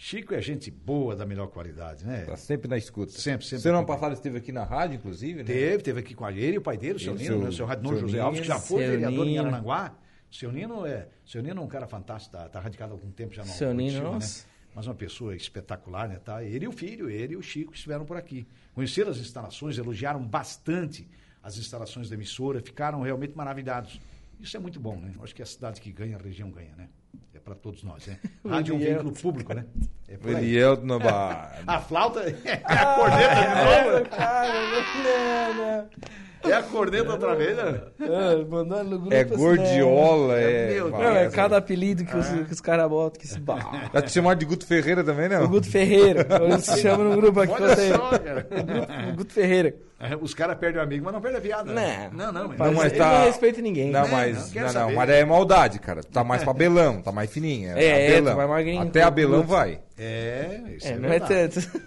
S1: Chico é gente boa da melhor qualidade, né?
S2: Tá sempre na escuta.
S1: Sempre, sempre.
S2: Semana passada esteve aqui na rádio, inclusive, né?
S1: Teve, teve aqui com a ele e o pai dele, o seu
S2: Ele,
S1: Nino,
S2: seu-
S1: né? o seu Radinor
S2: seu
S1: José
S2: Nino,
S1: Alves, que já foi
S3: É. seu
S1: vereador em
S3: Nino.
S1: Arananguá. Seu Nino é, seu Nino é um cara fantástico, tá, tá radicado há algum tempo já no
S3: Seu Nino,
S1: Curitiba,
S3: nossa.
S1: né? Mas uma pessoa espetacular, né? Tá? Ele e o filho, ele e o Chico estiveram por aqui. Conheceram as instalações, elogiaram bastante as instalações da emissora, ficaram realmente maravilhados. Isso é muito bom, né? Eu Acho que a cidade que ganha, a região ganha, né? É para todos nós, né? Rádio é um veículo público, né? É por aí.
S2: Elielto na barra.
S1: A flauta é a corneta
S3: Ah,
S1: de novo.
S3: é,
S1: É a corneta outra vez, né?
S3: né? mandando no grupo.
S2: É gordiola, é.
S1: Meu
S2: vai,
S3: Não, é
S2: essa-
S3: cada apelido que os, que os caras botam, que se bah.
S2: Já te chamaram de Guto Ferreira também, não?
S3: O Guto Ferreira, eu se chamo no grupo aqui que eu
S1: Olha
S3: tenho.
S1: só, cara.
S3: O Guto Ferreira.
S1: É, Os caras perdem o amigo, mas não perdem a viada. né?
S3: Não.
S1: não, não.
S2: Não, mas
S3: Ele
S2: tá-
S3: não respeita ninguém.
S2: Não,
S1: É, não
S2: mas.
S1: quero
S2: Não, não,
S1: saber.
S2: mas é maldade, cara. Tá mais pra Belão, tá mais fininha.
S3: É, é,
S2: Abelão.
S3: tu vai magrinho,
S2: Até
S3: tu-
S2: Abelão
S3: tu-
S2: vai.
S1: É, isso é,
S3: É, não é
S1: verdade.
S3: tanto.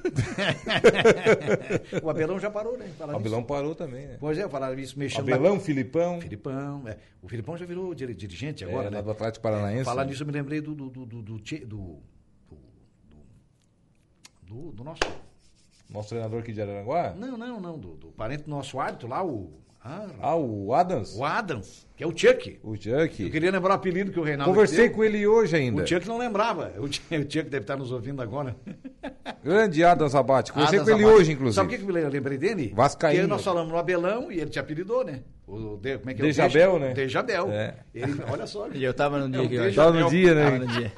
S1: o Abelão já parou, né? Falar nisso.
S2: Abelão parou também, né?
S1: Pois é, falaram isso mexendo.
S2: Abelão, Filipão.
S1: Lá... Filipão, é. O Filipão já virou dir- dirigente agora,
S2: Agora,
S1: né?
S2: lá do Atlético Paranaense.
S1: Falar nisso, eu me lembrei do. do. do. do. do. Tchê- do, do- do- do nosso.
S2: Nosso treinador aqui de Araranguá.
S1: Não, não, não. Do, do parente do nosso árbitro lá, o. Ah,
S2: Ah, o Adams.
S1: o Adams, que é o Chuck.
S2: O
S1: Eu
S2: Chuck.
S1: queria lembrar o apelido que o Reinaldo.
S2: Conversei
S1: deu.
S2: com ele hoje ainda.
S1: O Chuck não lembrava. O Chuck, o Chuck deve estar nos ouvindo agora.
S2: Grande Adams Abate. Conversei
S1: Adams
S2: com ele
S1: Abate.
S2: hoje, inclusive.
S1: Sabe o que que eu lembrei dele?
S2: Vascaíno.
S1: Que nós falamos no Abelão e ele te apelidou, né? O, de, como é que é? o
S2: Dejabel,
S1: Deja-
S2: né?
S1: Dejabel.
S2: É.
S1: Ele, olha só.
S4: E eu
S1: É
S4: tava no dia que eu
S1: deixa-
S4: acho.
S2: Tava no dia, né?
S4: Tava no dia.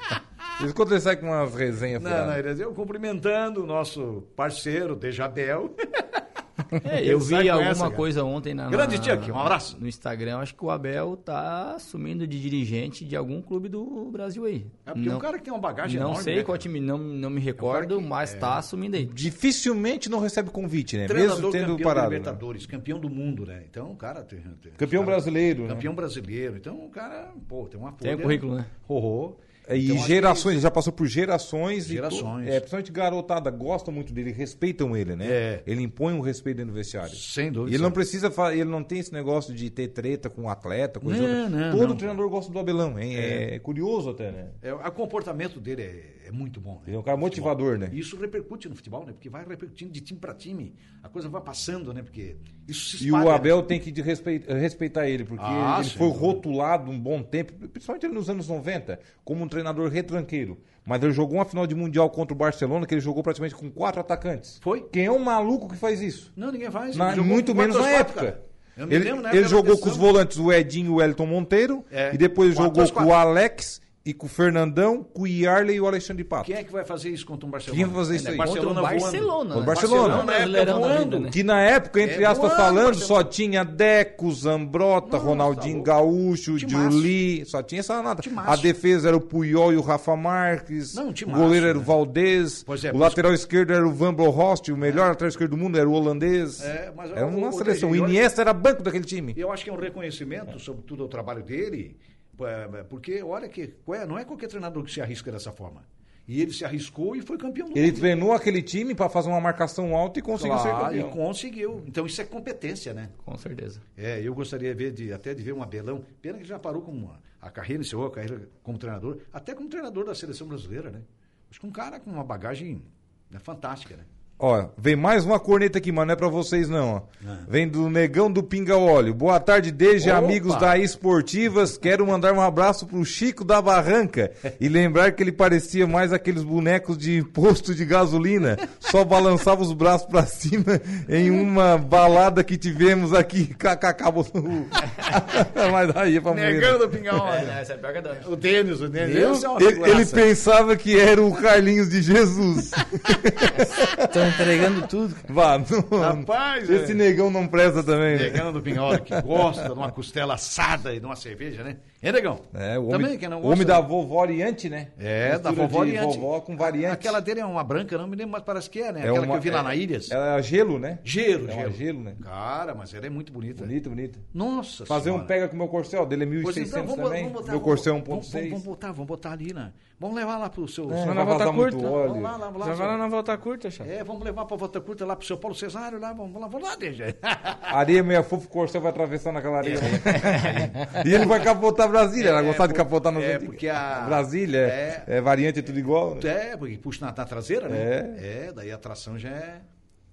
S2: Eles quando ele sai com umas resenhas
S1: Não, não,
S2: furadas.
S1: ele dizia, eu cumprimentando o nosso parceiro, Dejabel.
S4: É,
S1: Ele
S4: eu
S1: sai com
S4: vi alguma
S1: essa, cara.
S4: coisa ontem na.
S1: Grande
S4: na-
S1: Chuck, um abraço.
S4: No Instagram, acho que o Abel tá assumindo de dirigente de algum clube do Brasil aí.
S1: É porque é um cara que tem uma bagagem
S4: não
S1: enorme,
S4: sei
S1: né,
S4: qual
S1: cara? é
S4: time, não, não me recordo, mas tá assumindo aí.
S2: Dificilmente não recebe convite, né? Mesmo
S1: Treinador
S2: tendo
S1: campeão
S2: parado.
S1: da
S2: né?
S1: Libertadores, campeão do mundo, né? Então, o cara... Tem, tem-
S2: Campeão
S1: cara-
S2: brasileiro, né?
S1: Campeão brasileiro. Então, o cara, pô, tem uma folha...
S4: Tem o currículo, né?
S1: Horror.
S2: É, E
S1: Então, acho que-
S2: gerações, ele já passou por gerações. e
S1: Gerações.
S2: to- é, principalmente garotada, gostam muito dele, respeitam ele, né?
S1: É.
S2: Ele impõe um respeito dentro do vestiário.
S1: Sem
S2: E
S1: dúvida.
S2: ele não precisa, fa- ele não tem esse negócio de ter treta com o atleta, coisa
S1: Não,
S2: outra.
S1: não,
S2: Todo
S1: não.
S2: treinador gosta do Abelão, hein? É. curioso até, né?
S1: É, o comportamento dele é, é muito bom. Né?
S2: Ele é um cara
S1: No futebol.
S2: motivador, né?
S1: E isso repercute no futebol, né? Porque vai repercutindo de time para time. A coisa vai passando, né? Porque isso se
S2: E
S1: espalha.
S2: o Abel tem que de respe- respeitar ele, porque
S1: Ah,
S2: ele
S1: sim.
S2: foi rotulado um bom tempo, principalmente nos anos 90, como um treinador retranqueiro. Mas ele jogou uma final de Mundial contra o Barcelona, que ele jogou praticamente com quatro atacantes.
S1: Foi?
S2: Quem é um maluco que faz isso?
S1: Não, ninguém faz.
S2: Na-
S1: Ele jogou
S2: muito
S1: com
S2: menos na
S1: quatro,
S2: época.
S1: quatro, cara. Eu me
S2: ele
S1: lembro, na
S2: ele
S1: época da
S2: jogou com os
S1: seleção.
S2: volantes o Edinho e o Elton Monteiro.
S1: É.
S2: E depois
S1: Quatro,
S2: jogou
S1: dois,
S2: com o Alex e com o Fernandão, com o Yarley e o Alexandre Pato.
S1: Quem é que vai fazer isso contra um Barcelona?
S2: Quem vai fazer isso
S1: É,
S2: aí?
S1: Barcelona
S4: Contra o
S1: voando.
S4: Barcelona.
S2: O
S4: né?
S2: Barcelona.
S4: Barcelona é brasileirão da vida, né?
S2: Que na época, entre
S1: É,
S2: aspas,
S1: voando,
S2: falando,
S1: Marcelo.
S2: só tinha Deco, Zambrota,
S1: Nossa,
S2: Ronaldinho
S1: tá
S2: Gaúcho,
S1: Timaço.
S2: Juli, só tinha essa nada.
S1: Timaço.
S2: A defesa era o Puyol e o Rafa Marques,
S1: Não,
S2: o
S1: timaço,
S2: goleiro era o
S1: né?
S2: Valdez,
S1: Pois é,
S2: o
S1: mas-
S2: lateral esquerdo era o Van Brohost, o melhor lateral esquerdo do mundo era o holandês.
S1: É, mas
S2: era
S1: o-
S2: uma
S1: o-
S2: seleção. O
S1: o-
S2: Iniesta era banco daquele time.
S1: E Eu acho que é um reconhecimento, sobretudo ao trabalho dele, é, porque olha que qual é- não é qualquer treinador que se arrisca dessa forma. E ele se arriscou e foi campeão do
S2: Ele
S1: mundo.
S2: treinou aquele time pra fazer uma marcação alta e conseguiu ser
S1: Claro,
S2: campeão.
S1: e conseguiu. Então isso é competência, né?
S4: Com certeza.
S1: É, eu gostaria de ver de- até de ver um Abelão. Pena que ele já parou com uma- a carreira, encerrou a carreira como treinador, até como treinador da seleção brasileira, né? Acho que um cara com uma bagagem né, fantástica, né?
S2: Ó, vem mais uma corneta aqui, mas não é pra vocês não, ó. Vem do Negão do Pinga Óleo. Boa tarde, desde
S1: Opa!
S2: amigos da Esportivas. Quero mandar um abraço pro Chico da Barranca e lembrar que ele parecia mais aqueles bonecos de posto de gasolina. Só balançava os braços pra cima em uma balada que tivemos aqui. Kkk, botou o- Mas aí é pra morrer, né?
S1: Negando o Pingal,
S4: É,
S1: olha.
S4: essa é a pior que dá.
S1: O Denis, o Denis.
S2: Eu-
S1: esse é uma
S2: ele, ele
S1: figuraça.
S2: pensava que era o Carlinhos de Jesus.
S3: Estão entregando tudo. cara.
S2: Vá, não-
S1: Rapaz,
S2: esse
S1: é.
S2: negão não presta também, né?
S1: Negão do Pinhal, que gosta de uma costela assada e de uma cerveja, né? É, Negão?
S2: É, o homem,
S1: Também, quem não
S2: o
S1: gosta,
S2: homem da
S1: né?
S2: vovó oriente, né?
S1: É, da
S2: Mistura
S1: vovó
S2: de
S1: Oriente.
S2: vovó com variante.
S1: Aquela dele é uma branca, não me lembro, mas parece que é, né?
S2: É
S1: Aquela
S2: uma-
S1: que eu vi lá
S2: é-
S1: na Ilhas.
S2: Ela é gelo, né?
S1: Gelo,
S2: é uma
S1: gelo.
S2: gelo, né?
S1: Cara, mas ela é muito bonita.
S2: Bonita, bonita.
S1: Nossa
S2: Fazer
S1: senhora.
S2: um pega com o meu corcel, dele é 1.600
S1: Pois então, vamos,
S2: também.
S1: vamos botar.
S2: meu
S1: vamos-
S2: corcel é
S1: vamos, vamos,
S2: 1.6
S1: vamos botar, vamos botar ali, né? Vamos levar lá pro seu.
S2: É,
S1: seu-
S3: Mas
S2: não
S3: na
S2: vai
S3: volta
S2: vazar muito
S3: curta.
S2: óleo.
S1: Vamos lá, vamos lá.
S3: Já vai
S1: seu-
S3: lá na volta curta, chapa.
S1: É, vamos levar pra volta curta lá pro seu Paulo Cesário, lá, vamos lá, vamos lá, né, deixa.
S2: Areia meia fofa, o corcel vai atravessar naquela areia. e ele vai capotar Brasília, ela
S1: É,
S2: gostava de
S1: por-
S2: capotar nos
S1: é,
S2: antigos.
S1: porque a-
S2: Brasília, é, é variante, é tudo igual. né?
S1: É, porque puxa na, na traseira, né? É. daí a tração já é,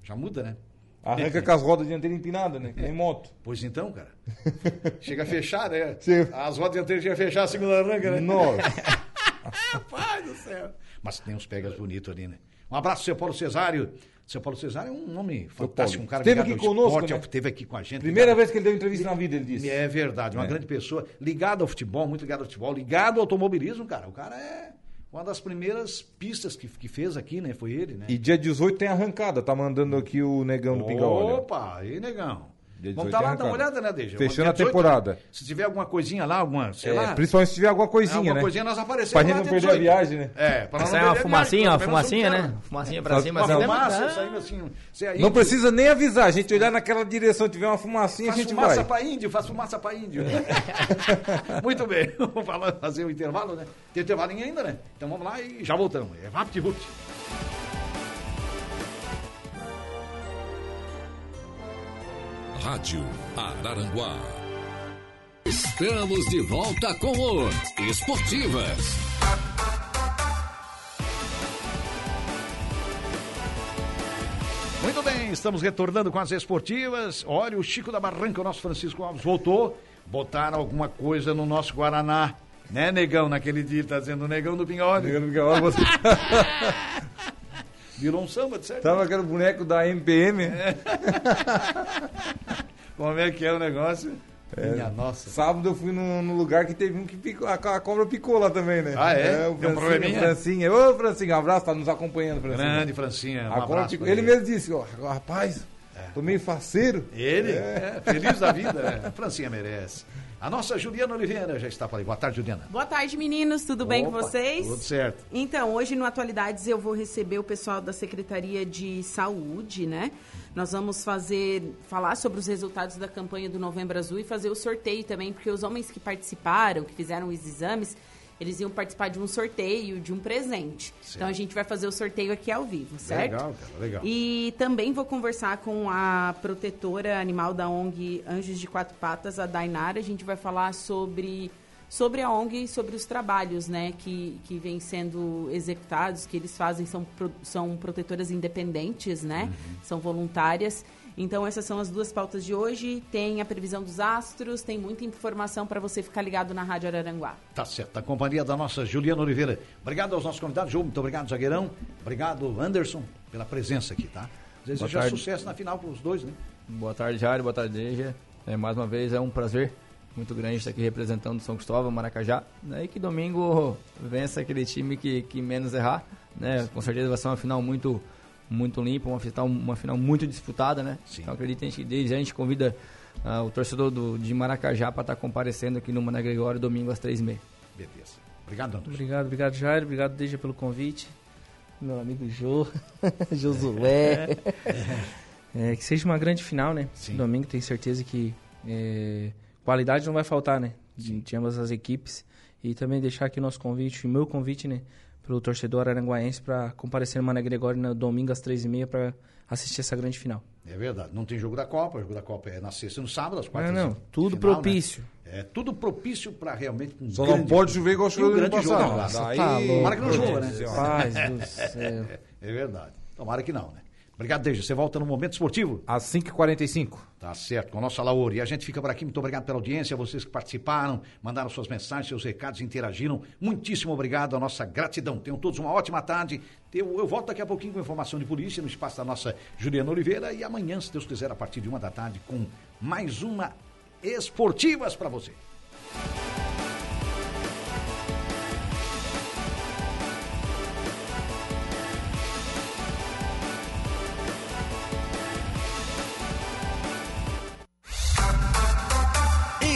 S1: já muda, né?
S2: Arranca com as rodas dianteiras empinadas, né? Que nem moto.
S1: Pois então, cara. Chega a fechar, né?
S2: Sim.
S1: As rodas dianteiras chegam a fechar, a segunda arranca, né?
S2: Nossa.
S1: Rapaz do céu. Mas tem uns pegas bonitos ali, né? Um abraço, seu Paulo Cesário. Seu Paulo Cesário é um homem fantástico, um cara
S2: Esteve
S1: ligado
S2: aqui
S1: ao
S2: conosco,
S1: esporte,
S2: né?
S1: é o que Esteve aqui com a gente.
S2: Primeira
S1: ligado-
S2: vez que ele deu entrevista na vida, ele disse.
S1: É verdade, uma grande pessoa. Ligado ao futebol, muito ligado ao futebol, ligado ao automobilismo, cara. O cara é uma das primeiras pistas que, que fez aqui, né? Foi ele, né?
S2: E dia 18 tem arrancada, tá mandando aqui o negão do Pinga Olha.
S1: Opa, aí, negão.
S2: Dia
S1: Vamos
S2: 18
S1: estar
S2: é
S1: lá, dar uma
S2: arrancada.
S1: olhada, né, Deja?
S2: Fechando
S1: Dia
S2: a temporada.
S1: Se tiver alguma coisinha lá, alguma, sei
S2: É,
S1: lá.
S2: principalmente se tiver alguma coisinha,
S1: alguma
S2: né?
S1: coisinha nós aparecemos
S2: Pra gente
S1: lá
S2: não
S1: dia
S2: perder a
S1: 18.
S2: viagem, né?
S1: É, pra nós
S4: Sai
S1: não
S4: uma
S1: perder a
S4: fumacinha,
S1: viagem,
S4: uma
S1: pelo menos
S4: fumacinha,
S1: não quero.
S4: né? Fumacinha
S2: Só-
S4: pra cima,
S1: Uma
S4: assim, né?
S1: fumaça,
S4: Ah,
S1: saindo assim. você aí-
S2: Não precisa nem avisar, a gente olhar naquela direção, tiver uma fumacinha, a
S1: Faz
S2: gente
S1: fumaça
S2: vai.
S1: para índio, faz fumaça para índio. Muito bem, vamos falar- fazer o intervalo, né? Tem intervalinho ainda, né? Então vamos lá e já voltamos. É VaptVupt.
S7: Rádio Araranguá.
S8: Estamos de volta com o Esportivas.
S1: Muito bem, estamos retornando com as esportivas. Olha, o Chico da Barranca, o nosso Francisco Alves, voltou. Botaram alguma coisa no nosso Guaraná. Né, negão, naquele dia, tá dizendo, negão do Pinhole.
S2: Negão do Pinga Olha, você-
S1: Virou um samba, de certo?
S2: Tava aquele boneco da MPM,
S1: Como é que é o negócio?
S2: É.
S1: Minha nossa.
S2: Sábado eu fui num, num lugar que teve um que picou, a, co- a cobra picou lá também, né?
S1: Ah, é?
S2: o
S1: Tem um
S2: Francinha.
S1: probleminha?
S2: o Francinha. Ô, Francinha, um abraço, tá nos acompanhando, Francinha.
S1: Grande, Francinha. Um
S2: A cobra
S1: abraço.
S2: picou.
S1: pra É.
S2: Ele mesmo disse, ó, rapaz, tô meio faceiro.
S1: Ele? É, feliz da vida, né? A Francinha merece. A nossa Juliana Oliveira já está por aí. Boa tarde, Juliana.
S9: Boa tarde, meninos. Tudo bem com
S1: Opa,
S9: vocês?
S1: Tudo certo.
S9: Então, hoje no Atualidades eu vou receber o pessoal da Secretaria de Saúde, né? Nós vamos fazer falar sobre os resultados da campanha do Novembro Azul e fazer o sorteio também, porque os homens que participaram, que fizeram os exames, eles iam participar de um sorteio, de um presente. Então a gente vai fazer o sorteio aqui ao vivo, certo?
S1: Legal, cara, legal.
S9: E também vou conversar com a protetora animal da ONG Anjos de Quatro Patas, a Dainara. A gente vai falar sobre, sobre a ONG e sobre os trabalhos né, que, que vêm sendo executados, que eles fazem, são, pro- são protetoras independentes, né? São voluntárias. Então essas são as duas pautas de hoje. Tem a previsão dos astros, tem muita informação para você ficar ligado na Rádio Araranguá.
S1: Tá certo. A companhia da nossa Juliana Oliveira. Obrigado aos nossos convidados. Ju, muito obrigado, Zagueirão. Obrigado, Anderson, pela presença aqui, tá? Desejar
S4: tarde.
S1: sucesso na final para os dois, né?
S4: Boa tarde, Jairo. Boa tarde, Deja. É, mais uma vez, é um prazer muito grande estar aqui representando São Cristóvão, Maracajá. Né? E que domingo vença aquele time que, que menos errar. Né? Com certeza vai ser uma final muito, muito limpa, uma final, uma final muito disputada. Né?
S1: Sim.
S4: Então acredito que desde já a gente convida ah, o torcedor do, de Maracajá para estar comparecendo aqui no Mané Gregório domingo às três e meia.
S1: Beleza. Obrigado, Anderson.
S3: Obrigado, obrigado, Jairo. Obrigado, Deja, pelo convite. Meu amigo Jô, Josué. É, que seja uma grande final, né?
S1: Sim.
S3: Domingo, tenho certeza que é, qualidade não vai faltar, né? De, de ambas as equipes. E também deixar aqui o nosso convite, o meu convite, né? Pro torcedor aranguaense para comparecer no Mané Gregório no domingo às três e meia para assistir essa grande final.
S1: É verdade. Não tem jogo da Copa. O jogo da Copa é na sexta e no sábado, às
S3: Não,
S1: quartas.
S3: não.
S1: de
S3: Tudo
S1: final,
S3: propício.
S1: né? É tudo propício para realmente um
S2: Só não
S1: grande
S2: pode chover igual choveu
S1: um
S2: no ano
S1: grande jogo,
S2: passado.
S1: não.
S2: Daí-
S3: Tá louco.
S1: Tomara que não
S2: Meu
S1: chova,
S2: Deus
S1: né?
S2: do céu.
S3: Paz do céu.
S1: É verdade. Tomara que não, né? Obrigado, Deja. Você volta no momento esportivo.
S2: Às 5h45.
S1: Tá certo, com a nossa Laura. E a gente fica por aqui. Muito obrigado pela audiência, vocês que participaram, mandaram suas mensagens, seus recados, interagiram. Muitíssimo obrigado, a nossa gratidão. Tenham todos uma ótima tarde. Eu, eu volto daqui a pouquinho com informação de polícia no espaço da nossa Juliana Oliveira. E amanhã, se Deus quiser, a partir de uma da tarde, com mais uma Esportivas para você.